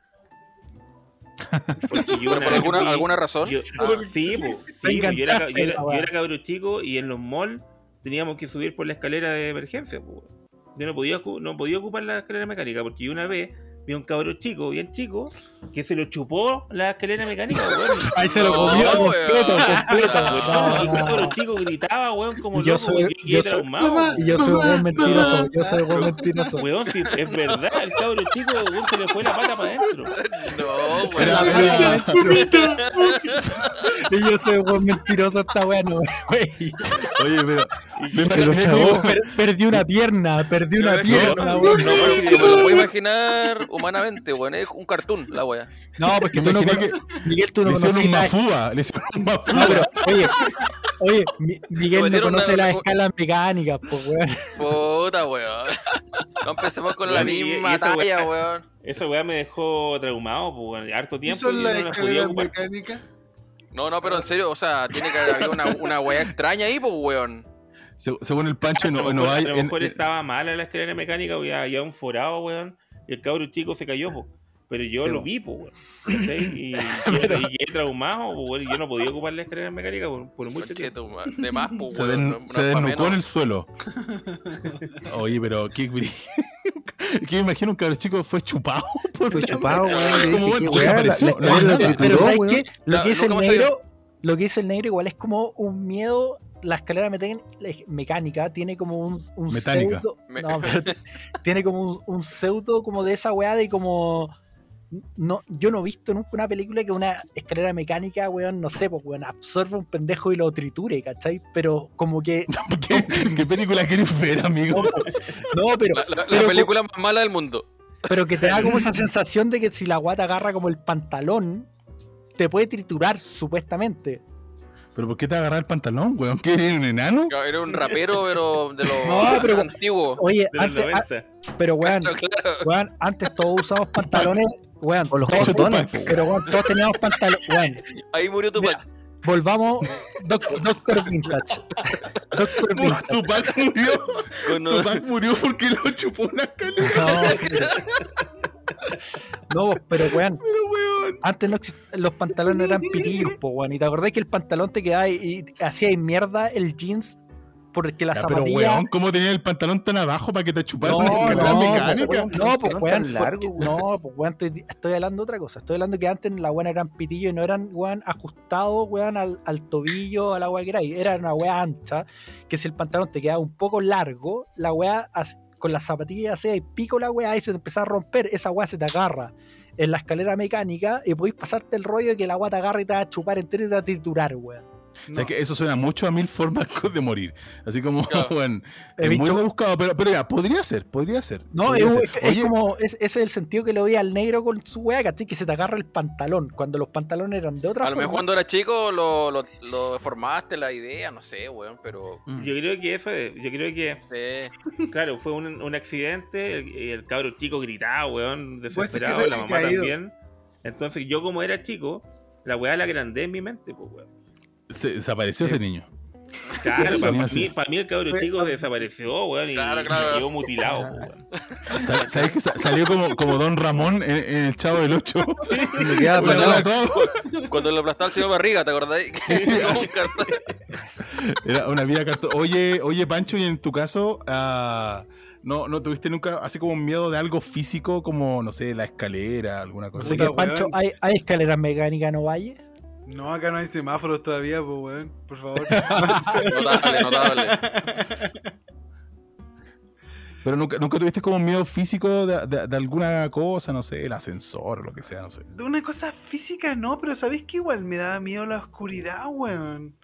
Speaker 6: Porque
Speaker 4: Pero por
Speaker 6: yo una vez me fui-
Speaker 4: alguna, alguna razón.
Speaker 6: yo-
Speaker 4: Ah.
Speaker 6: sí, po, sí, po, yo, era, ca- yo, era,
Speaker 2: enganchaste,
Speaker 6: yo
Speaker 2: weón.
Speaker 6: era cabro chico y en los malls teníamos que subir por la escalera de emergencia. po, weón. Yo no podía, ocu- no podía ocupar la escalera mecánica porque yo una vez vi a un cabro chico, bien chico, que se lo chupó la escalera mecánica. weón.
Speaker 2: Ahí se
Speaker 4: lo comió No, completo, weón. completo.
Speaker 6: No, y el
Speaker 4: Ah.
Speaker 6: cabro chico gritaba, weón, como
Speaker 2: Yo
Speaker 6: loco,
Speaker 2: soy-
Speaker 6: weón,
Speaker 2: yo
Speaker 6: quedé
Speaker 2: soy-
Speaker 6: traumado,
Speaker 2: Y
Speaker 6: weón.
Speaker 2: yo soy un buen
Speaker 3: Mamá,
Speaker 2: mentiroso.
Speaker 3: mamá.
Speaker 2: Yo soy un buen mentiroso.
Speaker 6: Weón, si es verdad, el cabro chico, weón, se le fue la pata para adentro.
Speaker 4: No, weón.
Speaker 1: Era-
Speaker 3: Ay,
Speaker 1: era-
Speaker 3: pupito.
Speaker 2: Y yo soy un buen mentiroso. Está bueno, güey.
Speaker 1: Oye, pero. me
Speaker 6: Y-
Speaker 1: imaginé como-
Speaker 2: Per- Perdí una pierna. Perdí una
Speaker 4: No, no,
Speaker 2: pierna,
Speaker 4: no,
Speaker 2: güey.
Speaker 4: no, weón, como lo puedo imaginar humanamente, weón. Es un cartoon, la wea.
Speaker 2: No, porque tú no
Speaker 1: imaginé
Speaker 2: cono- Miguel, tú
Speaker 1: que
Speaker 2: no
Speaker 1: le hicieron
Speaker 2: conoces
Speaker 1: un
Speaker 2: la-
Speaker 1: mafúa. Le hicieron un
Speaker 2: No,
Speaker 1: mafúa.
Speaker 2: pero, oye, oye, Mi- Miguel no
Speaker 4: metieron
Speaker 2: conoce
Speaker 4: una-
Speaker 2: las escalas mecánicas, pues, weón.
Speaker 4: Puta, weón. No empecemos con la
Speaker 6: Weón, y- y
Speaker 4: misma
Speaker 6: esa wea-
Speaker 4: talla, weón.
Speaker 6: Esa weá me dejó traumado, po, weón, harto
Speaker 3: ¿Y
Speaker 6: tiempo y
Speaker 3: son
Speaker 6: yo
Speaker 3: las
Speaker 6: no la podía
Speaker 3: escaleras
Speaker 6: ocupar.
Speaker 3: mecánicas?
Speaker 4: No, no, pero en serio, o sea, tiene que haber habido una, una wea extraña ahí, pues, weón.
Speaker 1: Se- Según el Pancho,
Speaker 6: A
Speaker 1: no,
Speaker 6: lo mejor,
Speaker 1: no hay.
Speaker 6: a lo
Speaker 1: en-
Speaker 6: mejor
Speaker 1: en-
Speaker 6: estaba mala la escalera mecánica, weón, había un forado, weón, y el cabro chico se cayó, po. Pero yo
Speaker 5: Sí,
Speaker 6: lo
Speaker 5: po.
Speaker 6: vi, po, weón. ¿cachai? Y, y- y quedé traumado, po, weón, y yo no podía ocupar la escalera mecánica por, por mucho tiempo.
Speaker 4: Conchetum, weón. De más, pues,
Speaker 1: se,
Speaker 4: weón.
Speaker 1: den-
Speaker 4: no-
Speaker 1: se
Speaker 4: no es pa'
Speaker 1: desnucó en
Speaker 4: menos.
Speaker 1: el suelo. Oye, pero qué bri- que me imagino que el chico fue chupado. por
Speaker 5: Fue
Speaker 1: la-
Speaker 5: chupado, weón. Yo
Speaker 1: Como,
Speaker 5: dije,
Speaker 1: bueno,
Speaker 5: qué weá, la- la
Speaker 1: desapareció, no,
Speaker 5: escalera
Speaker 1: nada.
Speaker 5: lo
Speaker 2: Pero
Speaker 5: trituró,
Speaker 2: ¿sabes
Speaker 5: weón.
Speaker 2: qué? Lo
Speaker 4: No,
Speaker 2: que dice el
Speaker 4: nunca más
Speaker 2: negro, lo que dice el negro igual es como un miedo, la escalera meten- le- mecánica tiene como un, un
Speaker 1: Metánica.
Speaker 2: pseudo.
Speaker 4: Me-
Speaker 2: no, pero t- tiene como un, un pseudo como de esa weá de como. No, yo no he visto nunca una película que una escalera mecánica, weón, no sé, pues weón, absorba un pendejo y lo triture, ¿cachai? Pero como que.
Speaker 1: ¿Qué, qué película querés ver, amigo?
Speaker 2: No, pero.
Speaker 4: La, la- la
Speaker 2: pero-
Speaker 4: película más mala del mundo.
Speaker 2: Pero que te da como esa sensación de que si la guata agarra como el pantalón, te puede triturar, supuestamente.
Speaker 1: ¿Pero por qué te agarrar el pantalón, weón? ¿Qué eres un enano?
Speaker 4: Era un rapero, pero de los
Speaker 2: No, pero-
Speaker 4: antiguos.
Speaker 2: Oye,
Speaker 6: Pero en
Speaker 2: antes,
Speaker 6: los
Speaker 2: ah,
Speaker 6: 90.
Speaker 2: pero weón,
Speaker 4: Claro, claro.
Speaker 2: weón, antes todos usamos pantalones, weón,
Speaker 5: Con los
Speaker 2: todos-
Speaker 5: cordones, po,
Speaker 2: pero weón, todos teníamos pantalones, weón.
Speaker 4: Ahí murió tu
Speaker 2: Mira, Volvamos, Doc- Doctor Vintage. Doctor Vintage.
Speaker 1: Tupac murió.
Speaker 4: Bueno,
Speaker 1: Tupac murió porque lo chupó una escalera.
Speaker 2: No, pero weón, antes no exist- los pantalones eran pitillos, po, weón. Y te acordás que el pantalón te quedaba y, y hacía mierda el jeans porque la
Speaker 1: Ya, pero
Speaker 2: zapatilla...
Speaker 1: weón, ¿cómo tenía el pantalón tan abajo para que te chupara
Speaker 2: No,
Speaker 1: una escalera
Speaker 2: no,
Speaker 1: mecánica?
Speaker 5: weón.
Speaker 2: No, pues
Speaker 5: Pantalón
Speaker 2: weón,
Speaker 5: tan largo,
Speaker 2: porque-
Speaker 5: weón.
Speaker 2: no, pues weón, estoy, estoy hablando de otra cosa. Estoy hablando que antes la weón eran pitillos y no eran weón ajustados, weón, al, al tobillo, a la weá que era. Era una weá ancha, que si el pantalón te quedaba un poco largo, la weá hace- con las zapatillas hacía y pico la weá y se te empezaba a romper, esa weá se te agarra en la escalera mecánica y podéis pasarte el rollo de que la weá te agarra y te va a chupar entero y te va a triturar, weón.
Speaker 1: O
Speaker 3: No.
Speaker 1: sea, que eso suena mucho a mil formas de morir. Así como,
Speaker 4: Claro.
Speaker 1: weón,
Speaker 2: He
Speaker 1: es muy
Speaker 2: visto-
Speaker 1: rebuscado, pero, pero ya, podría ser, podría ser.
Speaker 2: No, es,
Speaker 1: podría ser.
Speaker 2: es- es como, es, ese es el sentido que le veía al negro con su weá, ¿cachai? Que se te agarra el pantalón, cuando los pantalones eran de otra
Speaker 4: a lo mejor
Speaker 2: forma.
Speaker 4: cuando eras chico lo, lo, lo formaste la idea, no sé, weón, pero.
Speaker 6: Yo creo que eso, es- yo creo que
Speaker 4: no sé.
Speaker 6: Claro, fue un, un accidente. El, el cabro chico gritaba, weón,
Speaker 3: Pues es que se
Speaker 6: desesperado, la
Speaker 3: había
Speaker 6: mamá
Speaker 3: caído.
Speaker 6: también. Entonces, yo como era chico, la weá la agrandé en mi mente, pues, weón.
Speaker 1: Se- desapareció
Speaker 2: Eh.
Speaker 1: ese niño.
Speaker 6: Claro,
Speaker 1: Sí,
Speaker 6: para,
Speaker 1: sí.
Speaker 6: mí, para mí el cabro
Speaker 3: Fue
Speaker 6: chico
Speaker 3: abducido.
Speaker 6: desapareció, weón, y
Speaker 4: Claro, claro.
Speaker 6: quedó mutilado, pues, weón.
Speaker 1: Sa- ¿Sabes que sa- salió como, como Don Ramón en, en el Chavo del 8?
Speaker 5: Me quedaba
Speaker 4: Bueno,
Speaker 5: pelado.
Speaker 4: no. Cuando lo aplastaba el señor Barriga, ¿te acordáis?
Speaker 1: Sí, sí,
Speaker 4: Como un
Speaker 1: así.
Speaker 4: cartón.
Speaker 1: Era una vida cartón. Oye, oye, Pancho, y en tu caso, ah, no, no tuviste nunca así como un miedo de algo físico, como, no sé, la escalera, alguna cosa.
Speaker 2: Así
Speaker 1: Así que,
Speaker 2: que,
Speaker 3: Puta,
Speaker 2: Pancho,
Speaker 3: weón.
Speaker 2: ¿hay, hay escaleras mecánicas no valle?
Speaker 3: No, acá no hay semáforos todavía, pues, weón. Por favor.
Speaker 4: Notable, notable.
Speaker 1: Pero nunca, nunca tuviste como un miedo físico de, de- de alguna cosa, no sé, el ascensor o lo que sea, no sé.
Speaker 3: De una cosa física no, pero ¿sabéis que igual me daba miedo la oscuridad, weón?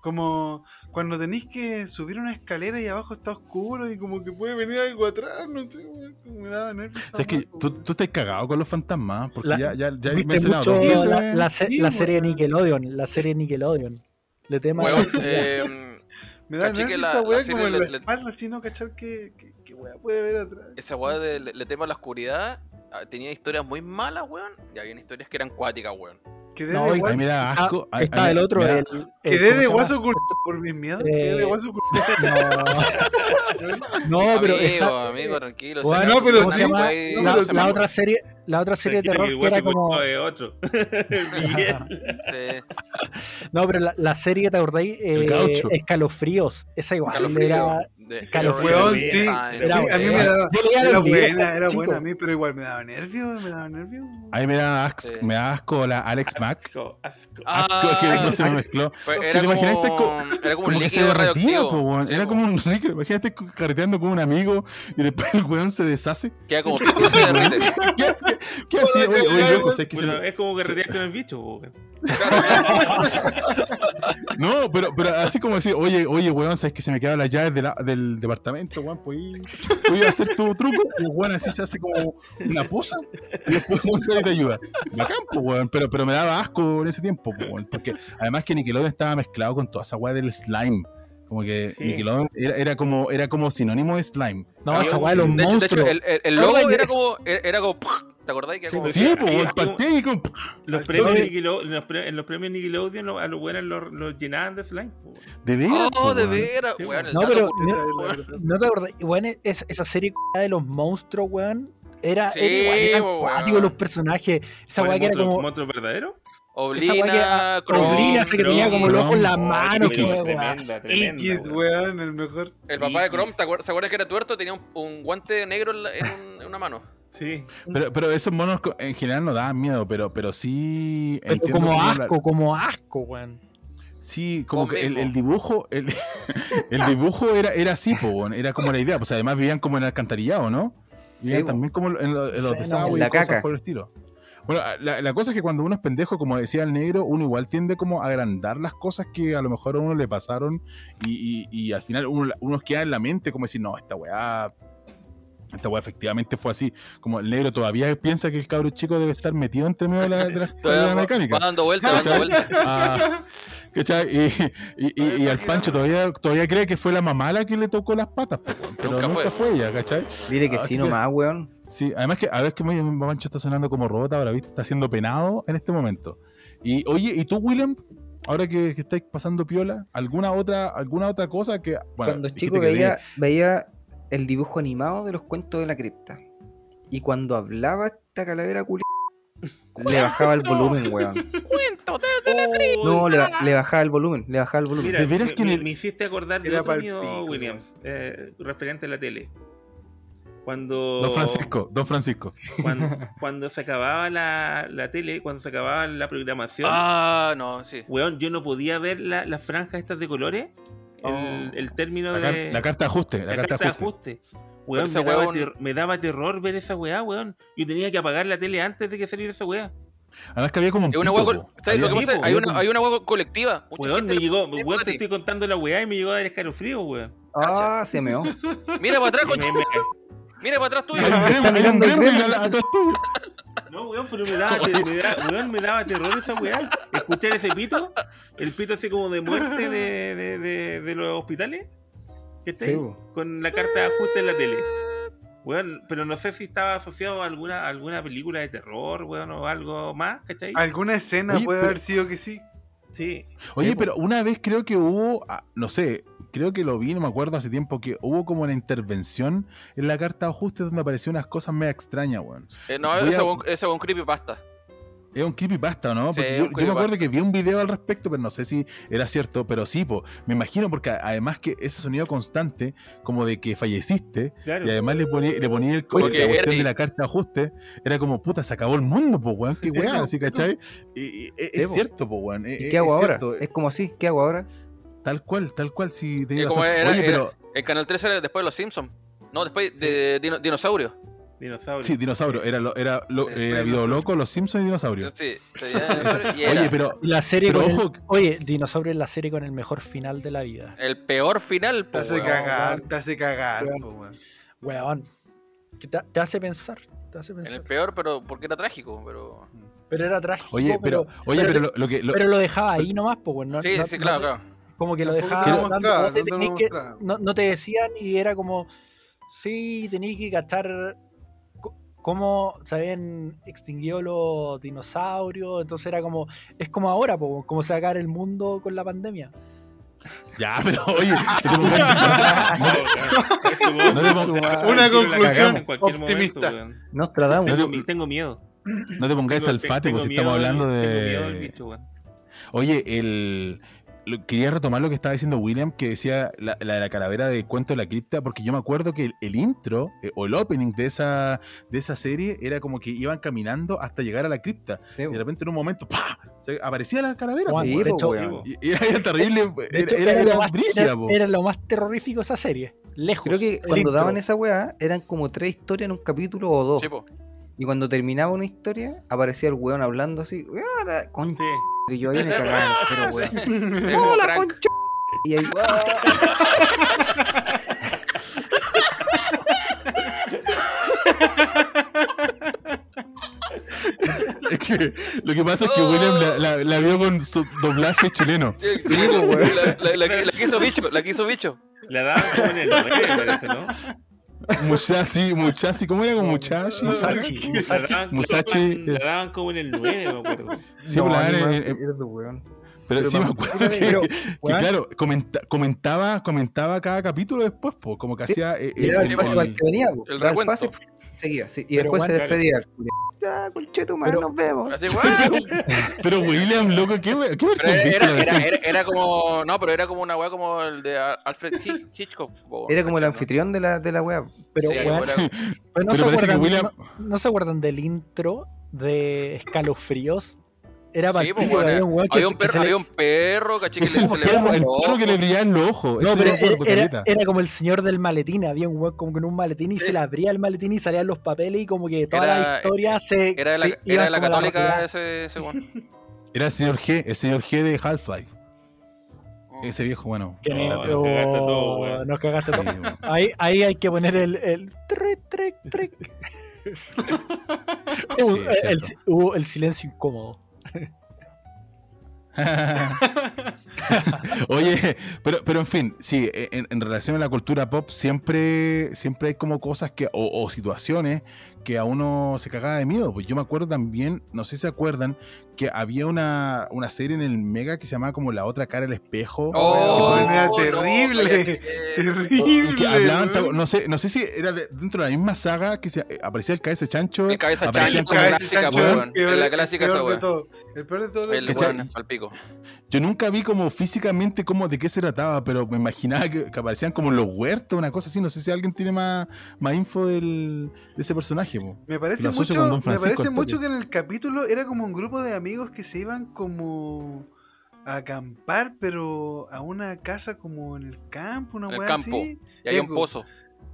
Speaker 3: Como cuando tenéis que subir una escalera y abajo está oscuro y como que puede venir algo atrás, no sé, weón. Me daba nervios. pues,
Speaker 1: O sea, es que tú, tú estás cagado con los fantasmas, porque
Speaker 2: La-
Speaker 1: ya, ya, ya he
Speaker 2: Viste
Speaker 1: mencionado
Speaker 2: mucho
Speaker 1: dos veces- pues.
Speaker 2: la, la se-
Speaker 3: Sí,
Speaker 2: la
Speaker 3: weón.
Speaker 2: serie de Nickelodeon, la serie de Nickelodeon. Le tema
Speaker 4: Weón, eh,
Speaker 3: Me da
Speaker 4: Caché que
Speaker 3: nervios
Speaker 4: la-
Speaker 3: esa
Speaker 4: la
Speaker 3: weá
Speaker 4: serie
Speaker 3: como en la
Speaker 4: le- le-
Speaker 3: espalda, así no cachar que, que, que weá puede ver atrás.
Speaker 4: esa weá del del tema de la oscuridad ah, tenía historias muy malas, weón. Y había historias que eran cuáticas, weón.
Speaker 3: Quedé
Speaker 2: No, y-
Speaker 3: de
Speaker 1: A mí
Speaker 3: guaso,
Speaker 1: me da asco. a- a
Speaker 2: Ah, está
Speaker 1: mí-
Speaker 2: el otro,
Speaker 1: me da-
Speaker 2: el, el-
Speaker 3: quedé de
Speaker 2: ¿cómo se
Speaker 3: guaso cul- por mis miedos, quedé de
Speaker 2: Eh,
Speaker 3: guaso cul-
Speaker 2: llama? No, no, pero
Speaker 4: amigo,
Speaker 2: está-
Speaker 4: amigo, tranquilo.
Speaker 2: Weón,
Speaker 4: saca-
Speaker 3: no, pero
Speaker 4: saca
Speaker 2: ¿cómo se llama?
Speaker 4: ahí-
Speaker 3: No,
Speaker 2: la,
Speaker 3: pero
Speaker 4: se
Speaker 2: la
Speaker 4: llama-
Speaker 2: otra serie, la otra serie de
Speaker 6: Tranquilo,
Speaker 2: terror
Speaker 6: el
Speaker 2: que
Speaker 6: guaso
Speaker 2: era como
Speaker 6: culpado es otro. Miguel.
Speaker 4: se-
Speaker 2: No, pero la, la serie, ¿te acordáis?
Speaker 1: El
Speaker 2: Eh,
Speaker 1: gaucho.
Speaker 2: Escalofríos. Esa igual
Speaker 4: Escalofrío.
Speaker 2: era.
Speaker 4: de-
Speaker 2: escalofrío.
Speaker 3: Weón,
Speaker 6: era
Speaker 3: sí.
Speaker 4: Ah,
Speaker 6: buena,
Speaker 3: A mí- a mí me daba.
Speaker 2: Yo leía
Speaker 3: Era
Speaker 2: los libros,
Speaker 3: buena, era
Speaker 2: chico.
Speaker 3: buena a mí, pero igual me daba nervios, me daba nervios.
Speaker 1: A mí me da asco,
Speaker 4: Sí.
Speaker 1: me da asco la Alex Mack.
Speaker 6: Asco, asco.
Speaker 4: Ah,
Speaker 1: Asco, que no se me
Speaker 3: Alex-
Speaker 1: mezcló.
Speaker 4: fue-
Speaker 1: ¿Te
Speaker 4: era,
Speaker 1: lo
Speaker 4: como,
Speaker 1: imaginaste
Speaker 4: era como un
Speaker 1: Como que se
Speaker 4: líquido
Speaker 1: derretía,
Speaker 4: radioactivo.
Speaker 1: po, weón.
Speaker 4: Sí,
Speaker 1: Era
Speaker 4: po.
Speaker 1: como un rico. Imagínate cu- carreteando con un amigo y después el weón se deshace.
Speaker 4: Queda como pico y se derrite.
Speaker 1: ¿Qué hace? ¿Qué hacía? Oye, oye, loco, ¿sabes qué se-
Speaker 6: Bueno, es como carretear con el bicho, po, weón.
Speaker 1: No, pero, pero así como decir, oye, oye, weón, ¿sabes que se me quedaron las llaves de la- del departamento, weón? Pues voy a hacer tu truco. Y el weón así se hace como una posa y después weón sale y te ayuda. Bacán, pues, weón. Pero, pero me daba asco en ese tiempo, pues, weón. Porque además que Nickelodeon estaba mezclado con toda esa weá del slime. Como que
Speaker 6: Sí.
Speaker 1: Nickelodeon era, era como, era como sinónimo de slime.
Speaker 2: No, esa
Speaker 4: Amigo,
Speaker 2: weá de los
Speaker 4: de hecho- de hecho,
Speaker 2: monstruos.
Speaker 4: el, el- el logo
Speaker 2: Oye,
Speaker 4: era
Speaker 2: es-
Speaker 4: como. Era como ¿Te acordáis que era
Speaker 2: Sí,
Speaker 4: como.
Speaker 6: pues,
Speaker 1: Sí, pues, weón,
Speaker 6: Ahí-
Speaker 1: partía y con-
Speaker 6: Los premios, Nickelode- los pre- en los premios Nickelodeon lo- a los buenos los los llenaban de slime. po, weón.
Speaker 1: De veras.
Speaker 4: Oh,
Speaker 1: po,
Speaker 4: de
Speaker 1: weón.
Speaker 4: veras,
Speaker 6: Sí,
Speaker 4: weón. el
Speaker 2: No,
Speaker 4: dato
Speaker 2: pero-
Speaker 4: curioso.
Speaker 3: Esa es la verdad.
Speaker 2: No te acordás. Bueno, es- esa serie de los monstruos, weón. Era,
Speaker 4: Sí,
Speaker 2: era igual, eran
Speaker 4: weón.
Speaker 2: cuáticos los personajes. Esa
Speaker 6: ¿Cuál
Speaker 2: weá
Speaker 6: es
Speaker 2: que era
Speaker 6: monstruo-
Speaker 2: como.
Speaker 6: monstruo verdadero?
Speaker 2: Esa weá que
Speaker 4: Oblina,
Speaker 2: era.
Speaker 4: Chrome,
Speaker 2: Oblina, esa que tenía como el
Speaker 1: Chrome,
Speaker 2: ojo en la
Speaker 1: Chrome,
Speaker 2: mano,
Speaker 1: X.
Speaker 2: qué weá.
Speaker 6: Tremenda, tremenda.
Speaker 3: X,
Speaker 6: weón.
Speaker 3: weón, el mejor.
Speaker 4: El papá de Chrome,
Speaker 6: X.
Speaker 4: ¿te acuer- ¿se acuerdan que era tuerto? Tenía un, un guante negro en, la- en un- en una mano.
Speaker 6: Sí.
Speaker 1: Pero, pero esos monos co- en general no daban miedo, pero, pero sí.
Speaker 2: Pero
Speaker 1: entiendo
Speaker 2: como
Speaker 1: cómo la-
Speaker 2: asco, como asco, weón.
Speaker 1: Sí, como
Speaker 4: Vos
Speaker 1: que el,
Speaker 4: mismo.
Speaker 1: el dibujo, el, el dibujo era, era así, po, weón, era como la idea. Pues además vivían como en alcantarillado, ¿no? Vivían
Speaker 5: Sí, po.
Speaker 1: también como en, lo- en los
Speaker 2: Sí,
Speaker 1: desagües
Speaker 5: no,
Speaker 1: y
Speaker 5: la
Speaker 1: cosas
Speaker 5: caca.
Speaker 1: por el estilo. Bueno, la, la cosa es que cuando uno es pendejo, como decía el negro, uno igual tiende como a agrandar las cosas que a lo mejor a uno le pasaron y, y- y al final uno, la- uno queda en la mente como decir, no, esta weá, esta weá efectivamente fue así. Como el negro todavía piensa que el cabro chico debe estar metido entre medio de la, de la- de la
Speaker 4: Va-
Speaker 1: mecánica.
Speaker 4: Va dando vueltas, dando
Speaker 1: ¿Cachai?
Speaker 4: vueltas.
Speaker 1: Ah, ¿cachai? Y, y, y- y al Pancho todavía, todavía cree que fue la mamá la que le tocó las patas, po, weón, pero
Speaker 4: Nunca
Speaker 1: nunca,
Speaker 4: fue.
Speaker 1: fue, ella, ¿cachai?
Speaker 5: Dile que
Speaker 1: Ah,
Speaker 5: sí
Speaker 1: sí,
Speaker 5: nomás, weón.
Speaker 1: Sí, además que a ver que mi mi Pancho está sonando como robot ahora, ¿viste? Está siendo penado en este momento. Y oye, ¿y tú, Willem? Ahora que, que estáis pasando piola, ¿alguna otra, alguna otra cosa que. Bueno,
Speaker 5: cuando
Speaker 1: dijiste
Speaker 5: chico
Speaker 1: que
Speaker 5: veía, veía el dibujo animado de los cuentos de la cripta. Y cuando hablaba esta calavera culia, le bajaba el volumen, weón. No, le, ba- le bajaba el volumen, le bajaba el volumen.
Speaker 6: Mira,
Speaker 1: ¿De veras
Speaker 6: me,
Speaker 1: que en
Speaker 6: me-
Speaker 1: el-
Speaker 6: me hiciste acordar de
Speaker 3: Era
Speaker 6: otro
Speaker 3: pa'l
Speaker 6: mío,
Speaker 3: pico,
Speaker 6: Williams, eh, referente a la tele. Cuando,
Speaker 1: Don Francisco, Don Francisco.
Speaker 6: Cuando, cuando se acababa la, la tele, cuando se acababa la programación,
Speaker 4: Ah, no, sí.
Speaker 6: weón, yo no podía ver la- las franjas estas de colores, el,
Speaker 4: Oh.
Speaker 6: el término
Speaker 1: La,
Speaker 6: de
Speaker 1: car- la carta de ajuste, la,
Speaker 6: la
Speaker 1: carta, de ajuste.
Speaker 4: Pero
Speaker 6: Weón,
Speaker 4: ese
Speaker 6: me, daba
Speaker 4: weón-
Speaker 6: ter- me daba terror ver esa weá, weón. Yo tenía que apagar la tele antes de que saliera esa weá.
Speaker 1: Además que había como un.
Speaker 4: Es una
Speaker 1: pito,
Speaker 4: hueá.
Speaker 1: po.
Speaker 4: col- ¿Sabes lo que
Speaker 1: Había-
Speaker 4: pasa?
Speaker 1: sí, po,
Speaker 4: Hay
Speaker 1: había
Speaker 4: una,
Speaker 1: como-
Speaker 4: hay una hueá colectiva. Mucha
Speaker 6: Weón,
Speaker 4: gente
Speaker 6: me
Speaker 4: le-
Speaker 6: llegó,
Speaker 4: le-
Speaker 6: weón, te estoy contando la weá y me llegó a dar escalofrío, weón.
Speaker 5: Ah, se meó.
Speaker 4: Mira para atrás,
Speaker 6: Y me-
Speaker 4: coño.
Speaker 6: me-
Speaker 4: Mira para atrás tuyo.
Speaker 1: Hay un gremlin, hay un gremlin al- atrás tuyo.
Speaker 6: No, weón, pero me daba, te- me daba- weón, me daba terror esa weá. Escuchar ese pito, el pito así como de muerte de, de, de, de los hospitales. que
Speaker 5: Sí, bo.
Speaker 6: Con la carta de ajuste en la tele. Weón, pero no sé si estaba asociado a alguna, a alguna película de terror, weón, o algo más, ¿cachai?
Speaker 3: Alguna escena
Speaker 1: Oye,
Speaker 3: puede
Speaker 1: pero-
Speaker 3: haber sido que sí.
Speaker 6: Sí.
Speaker 1: Oye,
Speaker 5: Sí, po.
Speaker 1: pero una vez creo que hubo, ah, no sé, creo que lo vi, no me acuerdo hace tiempo, que hubo como una intervención en la carta de ajustes donde aparecieron unas cosas media extrañas, weón.
Speaker 4: Eh, no,
Speaker 1: Voy
Speaker 4: ese
Speaker 1: a-
Speaker 4: es un- ese es un creepypasta.
Speaker 1: Es un creepypasta, ¿no?
Speaker 4: Sí,
Speaker 1: Porque
Speaker 4: es
Speaker 1: yo,
Speaker 4: un
Speaker 1: yo me acuerdo
Speaker 4: creepypasta.
Speaker 1: que vi un video al respecto, pero no sé si era cierto, pero sí, po, me imagino, porque a- además que ese sonido constante, como de que falleciste,
Speaker 6: Claro.
Speaker 1: y además le ponía, le ponía el,
Speaker 4: Oye,
Speaker 1: la
Speaker 4: que
Speaker 1: cuestión
Speaker 4: era-
Speaker 1: de la carta de ajuste, era como, puta, se acabó el mundo, po, weón, qué weón, así, ¿cachai? Y, y- e, es
Speaker 5: Sí, po.
Speaker 1: cierto, po, weón.
Speaker 5: ¿Y
Speaker 1: es-
Speaker 5: qué hago
Speaker 1: eh, es
Speaker 5: ahora?
Speaker 1: cierto.
Speaker 5: Es como así, ¿qué hago ahora?
Speaker 1: Tal cual, tal cual, sí, tenía
Speaker 4: Es como
Speaker 1: razón.
Speaker 4: era-
Speaker 1: Oye,
Speaker 4: era-
Speaker 1: pero...
Speaker 4: El canal 13 era después de los Simpsons. No, después de dino- dinosaurio.
Speaker 6: Dinosaurio.
Speaker 1: Sí, dinosaurio. Era, lo, era, lo,
Speaker 4: Sí,
Speaker 1: eh,
Speaker 3: fue
Speaker 1: Video
Speaker 3: dinosaurio.
Speaker 1: Loco, Los Simpsons y dinosaurio.
Speaker 4: Sí, se llama dinosaurio y era
Speaker 1: Oye, pero
Speaker 2: La serie
Speaker 1: Pero
Speaker 2: con el-
Speaker 1: ojo-
Speaker 2: Oye, Dinosaurio es la serie con el mejor final de la vida.
Speaker 4: el peor final,
Speaker 3: Te
Speaker 4: po,
Speaker 3: hace
Speaker 4: Oh, weón.
Speaker 3: cagar,
Speaker 2: weón.
Speaker 3: te hace cagar,
Speaker 2: Weón.
Speaker 3: po, weón.
Speaker 2: Weón. que Te, te hace pensar. Te hace
Speaker 4: En el
Speaker 2: pensar.
Speaker 4: peor, pero porque era trágico, pero.
Speaker 2: Pero era trágico.
Speaker 1: Oye, pero, oye,
Speaker 2: pero-
Speaker 1: pero lo, lo que. lo-
Speaker 2: pero lo dejaba ahí nomás, pues, weón. no-
Speaker 4: sí,
Speaker 2: no-
Speaker 4: sí,
Speaker 2: no
Speaker 4: claro,
Speaker 2: te-
Speaker 4: claro.
Speaker 2: Como que lo
Speaker 3: Tampoco
Speaker 2: dejaba.
Speaker 3: te lo
Speaker 2: dando-
Speaker 3: mostraba,
Speaker 2: no, te
Speaker 3: no te lo
Speaker 2: tenías que-
Speaker 3: mostraba.
Speaker 2: no- no te decían y era como. Sí, tenías que cachar co- cómo se habían extinguido los dinosaurios. Entonces era como. Es como ahora, pues, weón, como sacar el mundo con la pandemia.
Speaker 1: Ya, pero oye, que te pongáis a- No te pongas-
Speaker 3: Una conclusión optimista.
Speaker 5: Nos tratamos.
Speaker 6: Tengo,
Speaker 1: No te-
Speaker 6: tengo miedo.
Speaker 1: no te pongáis
Speaker 6: Tengo-
Speaker 1: al fate,
Speaker 6: tengo
Speaker 1: pues si
Speaker 6: miedo
Speaker 1: estamos
Speaker 6: del-
Speaker 1: hablando
Speaker 6: Tengo miedo del
Speaker 1: de.
Speaker 6: bicho, weón.
Speaker 1: Oye, el. lo- Quería retomar lo que estaba diciendo William, que decía la, la de la calavera de Cuento de la Cripta, porque yo me acuerdo que el, el intro eh, o el opening de esa, de esa serie era como que iban caminando hasta llegar a la cripta.
Speaker 5: Sí,
Speaker 1: Y de repente en un momento, ¡pah! Se aparecía la calavera.
Speaker 2: Juan,
Speaker 1: po,
Speaker 5: Sí,
Speaker 1: weón.
Speaker 2: de
Speaker 5: po,
Speaker 2: hecho-
Speaker 5: weón.
Speaker 6: Sí, po.
Speaker 1: Y, y era terrible,
Speaker 2: De
Speaker 1: era,
Speaker 2: hecho,
Speaker 1: era,
Speaker 2: era
Speaker 1: era
Speaker 2: lo más,
Speaker 1: brígida,
Speaker 2: era-
Speaker 1: po.
Speaker 2: era lo más terrorífico esa serie. Lejos.
Speaker 5: Creo que
Speaker 2: El
Speaker 5: cuando
Speaker 2: intro.
Speaker 5: daban esa weá, eran como tres historias en un capítulo o dos.
Speaker 4: Sí, po.
Speaker 5: Y cuando terminaba una historia, aparecía el weón hablando así, "Ah, la concha,
Speaker 6: Sí.
Speaker 5: y yo ahí me cagaba, pero weón.
Speaker 4: Es como
Speaker 5: ¡Hola,
Speaker 4: crack.
Speaker 5: concha! Y ahí, "Ah".
Speaker 1: Es que lo que pasa es
Speaker 4: Oh.
Speaker 1: que William la, la- la vio con su doblaje chileno.
Speaker 4: Sí, la, la- la que- la que hizo bicho, la que hizo bicho.
Speaker 6: La daban como en el 9, me parece, ¿no?
Speaker 1: Muchachi, muchachi, ¿cómo era con muchachi?
Speaker 2: Musashi,
Speaker 6: La
Speaker 2: Musashi.
Speaker 6: daban,
Speaker 1: Musachi
Speaker 6: la daban como en el 9, me acuerdo.
Speaker 1: Sí,
Speaker 5: No,
Speaker 1: pues, la
Speaker 5: ni
Speaker 1: era-
Speaker 5: más
Speaker 1: eh, eh,
Speaker 5: mierda, weón.
Speaker 1: pero sí me acuerdo que,
Speaker 2: Pero,
Speaker 1: que
Speaker 2: weón,
Speaker 1: claro, comenta- comentaba, comentaba cada capítulo después, po, como que
Speaker 5: Sí,
Speaker 1: hacía eh,
Speaker 5: Y era
Speaker 1: el-
Speaker 5: el pase
Speaker 1: el-
Speaker 5: para el que venía, po.
Speaker 4: el
Speaker 5: Daba
Speaker 4: recuento.
Speaker 5: pase, pf, seguía, sí. Y
Speaker 2: Pero,
Speaker 5: después se
Speaker 6: weón, claro.
Speaker 5: despedía. el culiao. "Ah, Ya, conchetumare,
Speaker 2: Pero-
Speaker 5: nos vemos.
Speaker 4: Así, ¡guau!
Speaker 1: Pero William, loco, ¿qué, qué versión
Speaker 4: Pero
Speaker 1: viste
Speaker 4: era,
Speaker 1: la
Speaker 4: era,
Speaker 1: versión?
Speaker 4: era, era como. No, pero era como una weá como el de Al- Alfred Hitch- Hitchcock. po,
Speaker 5: Era como el
Speaker 4: ¿cachai, no?
Speaker 5: anfitrión de la, de la weá.
Speaker 2: pero,
Speaker 4: Sí, pues,
Speaker 2: weón,
Speaker 4: era-
Speaker 2: pero no,
Speaker 1: Pero
Speaker 2: se
Speaker 1: parece que
Speaker 2: acuerdan,
Speaker 1: William.
Speaker 2: no, no se acuerdan del intro de Escalofríos. Era
Speaker 4: Sí,
Speaker 2: partido,
Speaker 4: pues, weón,
Speaker 2: había un weón que se-
Speaker 4: había un
Speaker 2: que se
Speaker 4: perro,
Speaker 2: le-
Speaker 4: había un perro, caché que
Speaker 1: Es el
Speaker 4: se le
Speaker 1: perro, el
Speaker 4: bajó.
Speaker 1: perro que le brillaban los ojos.
Speaker 2: No,
Speaker 1: eso
Speaker 2: pero
Speaker 1: me acuerdo,
Speaker 2: era,
Speaker 1: caleta.
Speaker 2: era- era como el señor del maletín, había un weón como con un maletín y
Speaker 4: Sí.
Speaker 2: se le abría el maletín y salían los papeles y como que toda
Speaker 4: Era-
Speaker 2: la historia se...
Speaker 4: Era de la,
Speaker 2: se
Speaker 4: era
Speaker 2: iban
Speaker 4: de la
Speaker 2: como a
Speaker 4: católica
Speaker 2: propiedad.
Speaker 4: ese, ese weón.
Speaker 1: Era el señor G, el señor G de Half-Life. Ese viejo, bueno.
Speaker 2: Que
Speaker 6: No,
Speaker 2: ne-
Speaker 6: nos cagaste todo,
Speaker 2: oh,
Speaker 6: weón.
Speaker 2: nos cagaste
Speaker 1: sí,
Speaker 2: todo.
Speaker 1: bueno.
Speaker 2: Ahí, ahí hay que poner el, el tric, tric, tric. Uh,
Speaker 1: Sí, es
Speaker 2: el,
Speaker 1: cierto.
Speaker 2: uh, el silencio incómodo.
Speaker 1: Oye, pero, pero en fin, sí, en, en relación a la cultura pop siempre, siempre hay como cosas que, o, o situaciones que a uno se cagaba de miedo. Pues yo me acuerdo también, no sé si se acuerdan, que había una, una serie en el Mega que se llamaba como La otra cara del espejo.
Speaker 4: Oh,
Speaker 1: que,
Speaker 3: era
Speaker 4: no,
Speaker 3: terrible.
Speaker 4: cállate, eh,
Speaker 1: y
Speaker 3: Terrible.
Speaker 1: que hablaban,
Speaker 3: weón.
Speaker 1: no sé, no sé si era de- dentro de la misma saga que se, eh, aparecía el cabeza de chancho.
Speaker 4: El cabeza
Speaker 1: Aparecía
Speaker 4: chancho,
Speaker 1: en
Speaker 4: como
Speaker 1: como-
Speaker 4: clásica,
Speaker 1: chancho,
Speaker 4: po,
Speaker 1: weón,
Speaker 4: weón. Es la clásica
Speaker 3: el
Speaker 4: esa
Speaker 3: peor de
Speaker 4: weón.
Speaker 3: todo. El peor de todo.
Speaker 4: El
Speaker 1: ¿Cachai?
Speaker 4: weón, al pico.
Speaker 1: Yo nunca vi como físicamente cómo de qué se trataba, pero me imaginaba que, que aparecían como los huertos, una cosa así. No sé si alguien tiene más, más info del, de ese personaje. po.
Speaker 3: Me parece
Speaker 1: Lo asocio
Speaker 3: mucho,
Speaker 1: con Don
Speaker 3: me
Speaker 1: Francisco
Speaker 3: parece
Speaker 1: al
Speaker 3: mucho que
Speaker 1: toque.
Speaker 3: en el capítulo era como un grupo de amigos que se iban como a acampar, pero a una casa como en el campo, una
Speaker 4: En el
Speaker 3: weá
Speaker 4: campo.
Speaker 3: así.
Speaker 4: Y había un
Speaker 3: Eco.
Speaker 4: pozo.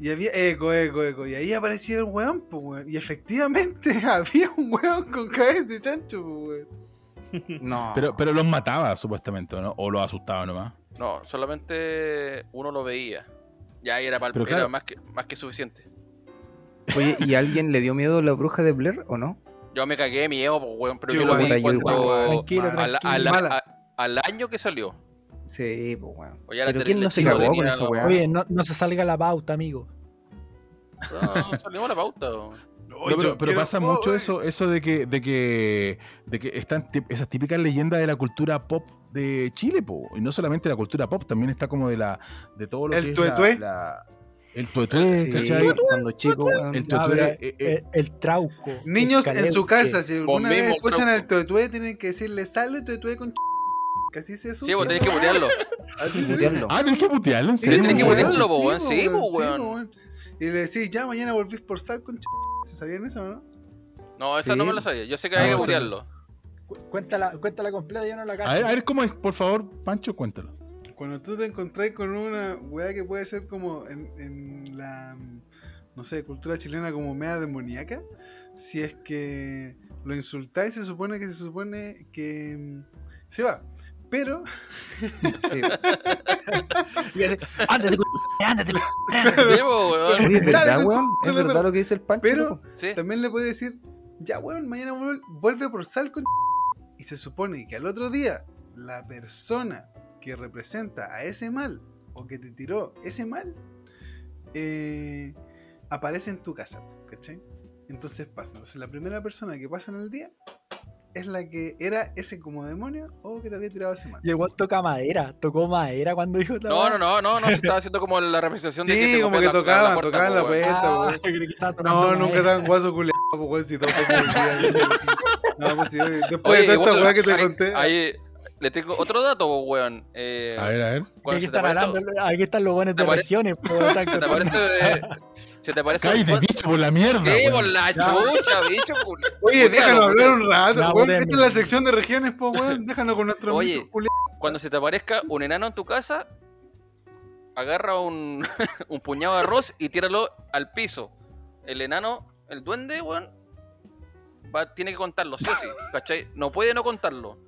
Speaker 3: Y había eco, eco, eco. Y ahí aparecía el weón, pues weón. Y efectivamente había un weón con cabeza de chancho, po, weón.
Speaker 5: No.
Speaker 3: Ah.
Speaker 1: Pero, pero los mataba, supuestamente, ¿o ¿no? O los asustaba nomás.
Speaker 4: No, solamente uno lo veía. Ya ahí era, pal-
Speaker 1: Pero
Speaker 4: era
Speaker 1: claro.
Speaker 4: más, que, más que suficiente.
Speaker 5: Oye, ¿y alguien le dio miedo a la bruja de Blair o no?
Speaker 4: Yo me cagué de miedo, po, weón, pero
Speaker 3: Sí,
Speaker 4: yo lo
Speaker 3: weón,
Speaker 4: vi
Speaker 5: yo igual,
Speaker 4: cuando-
Speaker 2: Tranquilo,
Speaker 3: mal.
Speaker 4: al,
Speaker 2: tranquilo.
Speaker 4: al-
Speaker 3: Mala.
Speaker 4: a- al año que salió.
Speaker 5: Sí, pues weón.
Speaker 4: Oye, era
Speaker 5: Pero ¿quién
Speaker 4: terrible
Speaker 5: no se
Speaker 4: chico,
Speaker 5: cagó con
Speaker 4: tenía-
Speaker 5: esa weá?
Speaker 2: Oye, no, no se salga la pauta, amigo.
Speaker 4: No, salimos la pauta. weón.
Speaker 1: No, pero, pero pasa
Speaker 3: Oh,
Speaker 1: mucho
Speaker 3: eh.
Speaker 1: eso, eso de que, de que, de que están tip- esas típicas leyendas de la cultura pop de Chile, po. y no solamente la cultura pop, también está como de la, de todo lo
Speaker 3: El
Speaker 1: que es
Speaker 3: tuetué.
Speaker 1: la- la- el tuetué,
Speaker 5: Sí,
Speaker 1: ¿cachai?
Speaker 5: cuando chico, weón.
Speaker 1: El
Speaker 2: Ah,
Speaker 1: tuetué,
Speaker 2: pero,
Speaker 1: eh, eh,
Speaker 2: El, el trauco. el
Speaker 3: Niños en su
Speaker 2: caleuche.
Speaker 3: casa, si alguna vez
Speaker 4: mismo
Speaker 3: escuchan
Speaker 4: truco.
Speaker 3: al tuetué, tienen que decirle, sale tuetué con ch... Que así se asusta.
Speaker 4: Sí, vos tenés que botearlo.
Speaker 3: Así se dice.
Speaker 5: Mutearlo.
Speaker 1: Ah, tenés que putearlo, en
Speaker 3: Sí, pues,
Speaker 1: serio.
Speaker 4: tenés que
Speaker 3: po,
Speaker 4: botearlo, po, weón.
Speaker 3: po,
Speaker 4: Sí, po, weón.
Speaker 3: po, weón. Y le decís, ya mañana volvís por sal con ch... ¿Se sabían eso, no?
Speaker 4: No, esa
Speaker 5: Sí.
Speaker 4: no me la sabía. Yo sé que
Speaker 1: Ah,
Speaker 4: hay que
Speaker 3: este
Speaker 1: bueno.
Speaker 4: botearlo.
Speaker 2: Cu- Cuéntala, cuéntala completa, yo no la cacho.
Speaker 1: A ver, a ver cómo es, por favor, Pancho, cuéntalo.
Speaker 3: Cuando tú te encontrás con una weá que puede ser como en, en la, no sé, cultura chilena como media demoníaca, si es que lo insultáis, se supone que se supone que mm, se va. Pero,
Speaker 5: Sí.
Speaker 2: Y hace, ándate, cu- ándate. cu-
Speaker 4: Sí, po, weón.
Speaker 5: Oye, ¿es
Speaker 3: Dale,
Speaker 5: verdad,
Speaker 3: concha-
Speaker 5: weón? ¿Es
Speaker 3: pero-
Speaker 5: verdad lo que dice el Pancho?
Speaker 3: pero-
Speaker 5: loco?
Speaker 4: Sí.
Speaker 3: también le puede decir, ya weón, mañana vuel- vuelve por sal con... Y se supone que al otro día, la persona que representa a ese mal, o que te tiró ese mal, eh, aparece en tu casa, ¿cachai? Entonces pasa. Entonces la primera persona que pasa en el día es la que era ese como demonio o que te había tirado ese mal.
Speaker 2: Y el weón toca madera. Tocó madera cuando dijo esta
Speaker 4: No,
Speaker 2: weá.
Speaker 4: no, no, no, no, se estaba haciendo como la representación de que
Speaker 3: Sí,
Speaker 4: te
Speaker 3: como que
Speaker 4: golpean la-
Speaker 3: tocaban,
Speaker 4: puerta,
Speaker 3: tocaban
Speaker 4: po,
Speaker 3: la
Speaker 4: weón.
Speaker 3: puerta,
Speaker 2: Ah,
Speaker 3: weón.
Speaker 2: yo creo que estaba
Speaker 3: No,
Speaker 2: tocando
Speaker 3: nunca
Speaker 2: madera.
Speaker 3: tan guaso culiado, pues, weón, si todo pasó el día. weón. No, pues sí, después
Speaker 4: Oye,
Speaker 3: de toda esta
Speaker 4: igual,
Speaker 3: weá que te
Speaker 4: ahí-
Speaker 3: conté.
Speaker 4: Ahí le tengo otro dato, po, weón. Eh,
Speaker 1: A ver, a ver.
Speaker 4: cuando
Speaker 2: Aquí
Speaker 4: se te
Speaker 2: están,
Speaker 4: aparece-
Speaker 2: hablando- aquí están los buenos
Speaker 4: te
Speaker 2: de
Speaker 4: apare-
Speaker 2: regiones. po, están
Speaker 4: se te
Speaker 2: contando.
Speaker 4: aparece. eh, Se te aparece.
Speaker 1: Cállate,
Speaker 4: un-
Speaker 1: bicho, por la mierda.
Speaker 4: Sí,
Speaker 1: weón.
Speaker 4: por la chucha, bicho. cul-
Speaker 3: Oye,
Speaker 4: Puta,
Speaker 3: déjanos
Speaker 4: loco,
Speaker 3: hablar un rato,
Speaker 2: Ya,
Speaker 3: weón.
Speaker 2: volvemos.
Speaker 3: Esta es la sección de regiones, po, weón. Déjanos con nuestro
Speaker 4: Oye.
Speaker 3: amigo culiao.
Speaker 4: Cuando se te aparezca un enano en tu casa, agarra un, un puñado de arroz y tíralo al piso. El enano, el duende, weón, va, tiene que contarlo, sí o sí. ¿Cachai? No puede no contarlo.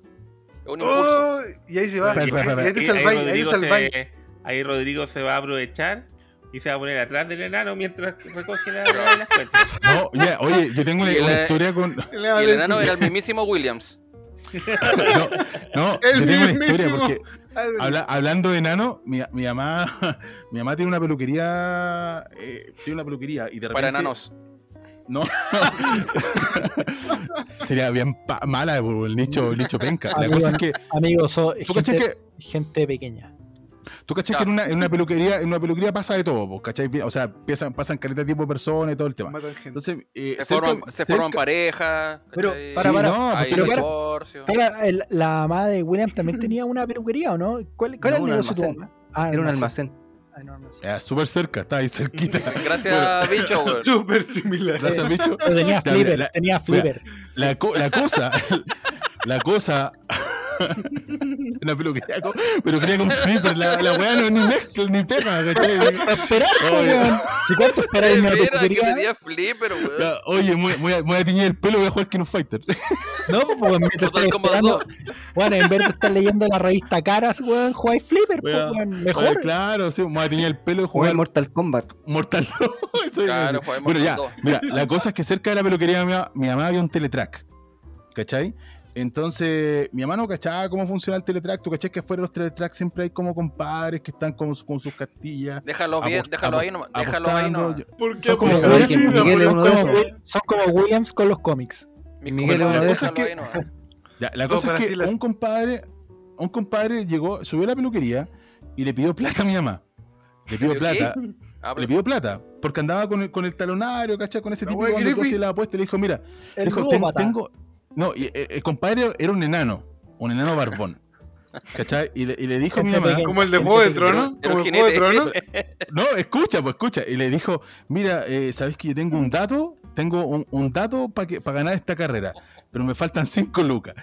Speaker 4: Es un impulso.
Speaker 3: Oh, y ahí se va. Este
Speaker 1: Espera, espera, espera.
Speaker 3: Y ahí te
Speaker 6: Y
Speaker 3: salváis, ahí te
Speaker 6: Rodrigo
Speaker 3: salváis.
Speaker 6: se- ahí Rodrigo se va a aprovechar y se va a poner atrás del enano mientras recoge la-
Speaker 4: Claro.
Speaker 6: las cuentas.
Speaker 1: No, ya, oye, yo tengo una,
Speaker 4: Y el-
Speaker 1: una historia con.
Speaker 3: Le
Speaker 4: Y el
Speaker 3: hablé
Speaker 4: enano
Speaker 3: tú.
Speaker 4: era el mismísimo Williams.
Speaker 1: No, no, yo
Speaker 3: El
Speaker 1: tengo una historia
Speaker 3: mismísimo.
Speaker 1: porque
Speaker 3: Ay,
Speaker 1: habla- hablando de enano, mi, mi mamá, mi mamá tiene una peluquería, eh, tiene una peluquería y de repente
Speaker 4: Para enanos.
Speaker 1: No. Sería bien pa- mala por el nicho, el nicho penca. La
Speaker 2: Amigo,
Speaker 1: cosa es que
Speaker 2: Amigos, son
Speaker 1: tú cachas
Speaker 2: gente,
Speaker 1: que
Speaker 2: gente pequeña.
Speaker 1: Tú cachas que en una, en una peluquería, en una peluquería pasa de todo, po, ¿cachai? O sea, empiezan, pasan caleta de tipo de personas y todo el tema.
Speaker 3: Matan gente.
Speaker 1: Entonces, eh,
Speaker 4: Se
Speaker 1: cerca-
Speaker 4: forman, se
Speaker 1: cerca-
Speaker 4: forman parejas.
Speaker 2: Pero,
Speaker 4: ¿cachai?
Speaker 2: para,
Speaker 1: Sí,
Speaker 2: para.
Speaker 1: no, pues,
Speaker 4: Hay
Speaker 1: pero
Speaker 2: para-
Speaker 4: divorcio.
Speaker 2: Ahora, el- la mamá de William también tenía una peluquería, ¿o no? ¿Cuál, cuál
Speaker 5: No,
Speaker 2: era el
Speaker 5: un
Speaker 2: negocio de tu
Speaker 5: almacén.
Speaker 2: mamá? Ah,
Speaker 5: Era un almacén.
Speaker 2: Ah, era un almacén.
Speaker 1: Era súper cerca, está ahí cerquita.
Speaker 4: Gracias, bicho, weón.
Speaker 3: Súper similar.
Speaker 1: Gracias, bicho.
Speaker 2: Pero
Speaker 1: Ya, mira,
Speaker 2: tenía flipper,
Speaker 1: la-
Speaker 2: tenía flipper.
Speaker 1: La, co- la cosa, la cosa. Una peluquería, con- peluquería con flipper, la, la weá no ni mezcla ni pega, ¿cachai?
Speaker 2: Esperar,
Speaker 1: Oye.
Speaker 2: weón. Si cuánto esperáis
Speaker 4: Eh,
Speaker 2: una
Speaker 4: mira, que
Speaker 2: peluquería.
Speaker 4: tenía flipper, weón.
Speaker 1: Ya, oye, me voy, a- me voy a teñir el pelo, voy a jugar King of Fighter.
Speaker 2: No, pues weón, mientras
Speaker 4: Total
Speaker 2: estáis
Speaker 4: como
Speaker 2: esperando.
Speaker 4: dos.
Speaker 2: Bueno, en vez de estar leyendo la revista Caras, weón, jugáis flipper, pues,
Speaker 1: Weón,
Speaker 2: weón.
Speaker 1: Oye,
Speaker 2: Mejor.
Speaker 1: claro, sí, me voy a teñir el pelo y
Speaker 5: Jugué
Speaker 1: jugar
Speaker 5: al Mortal Kombat.
Speaker 1: Mortal 2. Eso iba a
Speaker 4: Claro,
Speaker 1: decir.
Speaker 4: jugué
Speaker 1: Bueno, ya,
Speaker 4: Mortal
Speaker 1: mira, la cosa es que cerca de la peluquería de mi, ma- mi mamá había un teletrack. ¿Cachai? Entonces, mi mamá no cachaba cómo funciona el teletrack. Tú cachai que afuera de los teletracks siempre hay como compadres que están con, su- con sus cartillas.
Speaker 4: Déjalo bien,
Speaker 1: apost-
Speaker 4: déjalo ahí
Speaker 1: apo-
Speaker 4: nomás. Déjalo ahí
Speaker 1: apostando.
Speaker 4: nomás.
Speaker 1: Yo-
Speaker 3: ¿Por qué?
Speaker 1: Son como
Speaker 3: Porque
Speaker 1: jugadores
Speaker 3: la
Speaker 1: que
Speaker 3: china,
Speaker 5: Miguel
Speaker 3: por
Speaker 5: es
Speaker 3: la
Speaker 5: uno de
Speaker 3: cosa,
Speaker 5: esos.
Speaker 3: weón.
Speaker 2: Son como Williams con los cómics.
Speaker 4: Mi
Speaker 5: Miguel,
Speaker 4: compadre,
Speaker 5: una de esas
Speaker 4: déjalo
Speaker 1: que-
Speaker 4: ahí nomás.
Speaker 1: Ya, la
Speaker 3: No,
Speaker 1: cosa
Speaker 3: para
Speaker 1: es
Speaker 3: sí
Speaker 1: que
Speaker 3: las-
Speaker 1: un compadre, un compadre llegó, subió a la peluquería y le pidió plata a mi mamá. Le pidió
Speaker 4: ¿Qué?
Speaker 1: plata.
Speaker 4: Ah, pero-
Speaker 1: Le pidió plata. Porque andaba con el, con el talonario, ¿cachai? Con ese
Speaker 3: La
Speaker 1: tipo
Speaker 3: wea
Speaker 1: que cuando tú
Speaker 3: creepy.
Speaker 1: hacías la apuesta le dijo, mira,
Speaker 2: El
Speaker 1: Dijo, "Ten-
Speaker 2: ludópata.
Speaker 1: tengo. No, y- eh, el, el compadre era un enano, un enano barbón. ¿Cachai? Y le, y le dijo a mi
Speaker 2: Gente
Speaker 1: mamá.
Speaker 2: pequeña.
Speaker 3: Como el de Juego de Tronos.
Speaker 4: Era
Speaker 3: Como
Speaker 4: un
Speaker 3: el Juego de
Speaker 4: jinete.
Speaker 3: Tronos.
Speaker 1: No, escucha, pues escucha. Y le dijo, mira, eh, ¿sabes que yo tengo un dato? Tengo un, un dato para que para ganar esta carrera. Pero me faltan cinco lucas.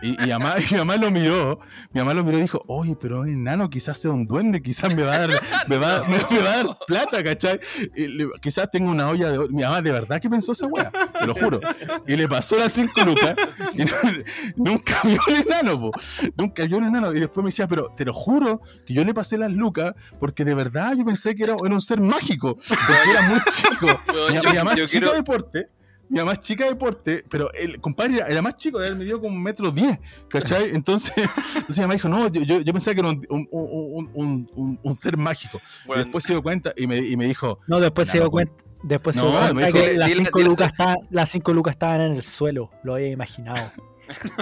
Speaker 1: Y, y mamá, y mi mamá lo miró. Mi mamá lo miró y dijo, oye, pero es enano quizás sea un duende, quizás me va a dar, me va, me, me va a dar plata, ¿cachai? Y le- quizás tengo una olla de oro". Mi mamá de verdad que pensó esa weá, te lo juro. Y le pasó las cinco lucas y no- nunca vio el enano, po. Nunca vio el enano. Y después me decía, pero te lo juro que yo le pasé las lucas porque de verdad yo pensé que era, era un ser mágico, porque era muy chico. Mi,
Speaker 4: Weón,
Speaker 1: mi mamá
Speaker 4: yo
Speaker 1: es chica
Speaker 4: quiero-
Speaker 1: de deporte, mi mamá es chica de deporte, pero el compadre era, era más chico, él midió como un metro diez, ¿cachai? Entonces, entonces mi mamá dijo, no, yo, yo, yo pensé que era un, un- un- un- un- un ser mágico.
Speaker 4: Weón,
Speaker 1: Y después se dio cuenta y me, y me dijo,
Speaker 2: No, después se
Speaker 1: Nah,
Speaker 2: dio
Speaker 1: no, pues.
Speaker 2: cuenta. Después
Speaker 1: No,
Speaker 2: se dio
Speaker 1: me
Speaker 2: cuenta
Speaker 1: dijo-
Speaker 2: que las
Speaker 4: Dile-
Speaker 2: cinco,
Speaker 4: dile-
Speaker 2: lucas estaban, las cinco lucas estaban en el suelo. Lo había imaginado.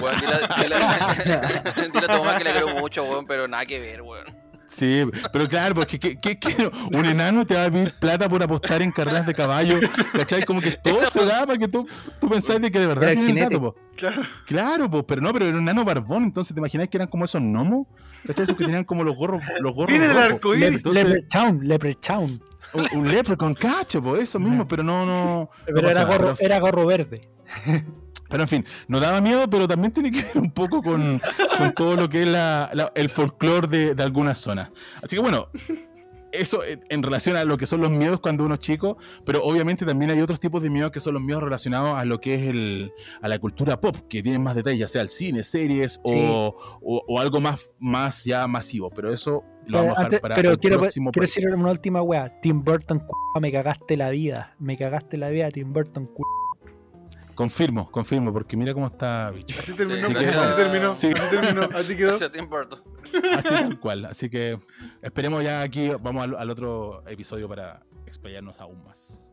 Speaker 4: weón, dile, a- dile a- dile a tu mamá que le creo mucho, weón, pero nada que ver, weón.
Speaker 1: sí, pero claro, porque ¿qué, qué- qué? un enano te va a pedir plata por apostar en carreras de caballo, ¿cachai? Como que todo se da para que tú, tú pensás de que de verdad
Speaker 5: Era el
Speaker 1: tiene el
Speaker 5: jinete.
Speaker 1: dato, po.
Speaker 3: Claro.
Speaker 1: Claro, pues, pero no, pero era un nano barbón, entonces te imagináis que eran como esos gnomos, ¿cachai? Esos que tenían como los gorros, los gorros.
Speaker 3: Viene del
Speaker 1: rojos.
Speaker 3: arco
Speaker 2: Le-
Speaker 3: iris.
Speaker 1: entonces-
Speaker 2: Leprechaun, Leprechaun.
Speaker 1: Un, un leprechaun, cacho, pues, eso mismo, pero no, no.
Speaker 2: Pero
Speaker 1: pasa
Speaker 2: era
Speaker 1: nada,
Speaker 2: gorro,
Speaker 1: pero-
Speaker 2: era gorro verde.
Speaker 1: Pero en fin, no daba miedo, pero también tiene que ver un poco con, con todo lo que es la- la- el folclore de, de algunas zonas. Así que bueno, eso eh, en relación a lo que son los miedos cuando uno es chico, pero obviamente también hay otros tipos de miedos que son los miedos relacionados a lo que es el, a la cultura pop, que tienen más detalles, ya sea el cine, series o, o- o algo más, más ya masivo. Pero eso lo
Speaker 2: Pero,
Speaker 1: vamos a dejar
Speaker 2: antes-
Speaker 1: para
Speaker 2: pero
Speaker 1: el
Speaker 2: quiero,
Speaker 1: próximo
Speaker 2: quiero
Speaker 1: podcast.
Speaker 2: decir una última wea. Tim Burton, c***, me cagaste la vida. Me cagaste la vida, Tim Burton, c***.
Speaker 1: Confirmo, confirmo, porque mira cómo está bicho.
Speaker 3: Así terminó,
Speaker 1: Sí,
Speaker 3: así,
Speaker 1: gracias.
Speaker 3: terminó,
Speaker 1: Sí.
Speaker 3: así terminó, así quedó.
Speaker 4: Gracias, Tim Burton.
Speaker 1: Así tal cual. Así que esperemos ya aquí, vamos al, al otro episodio para explayarnos aún más.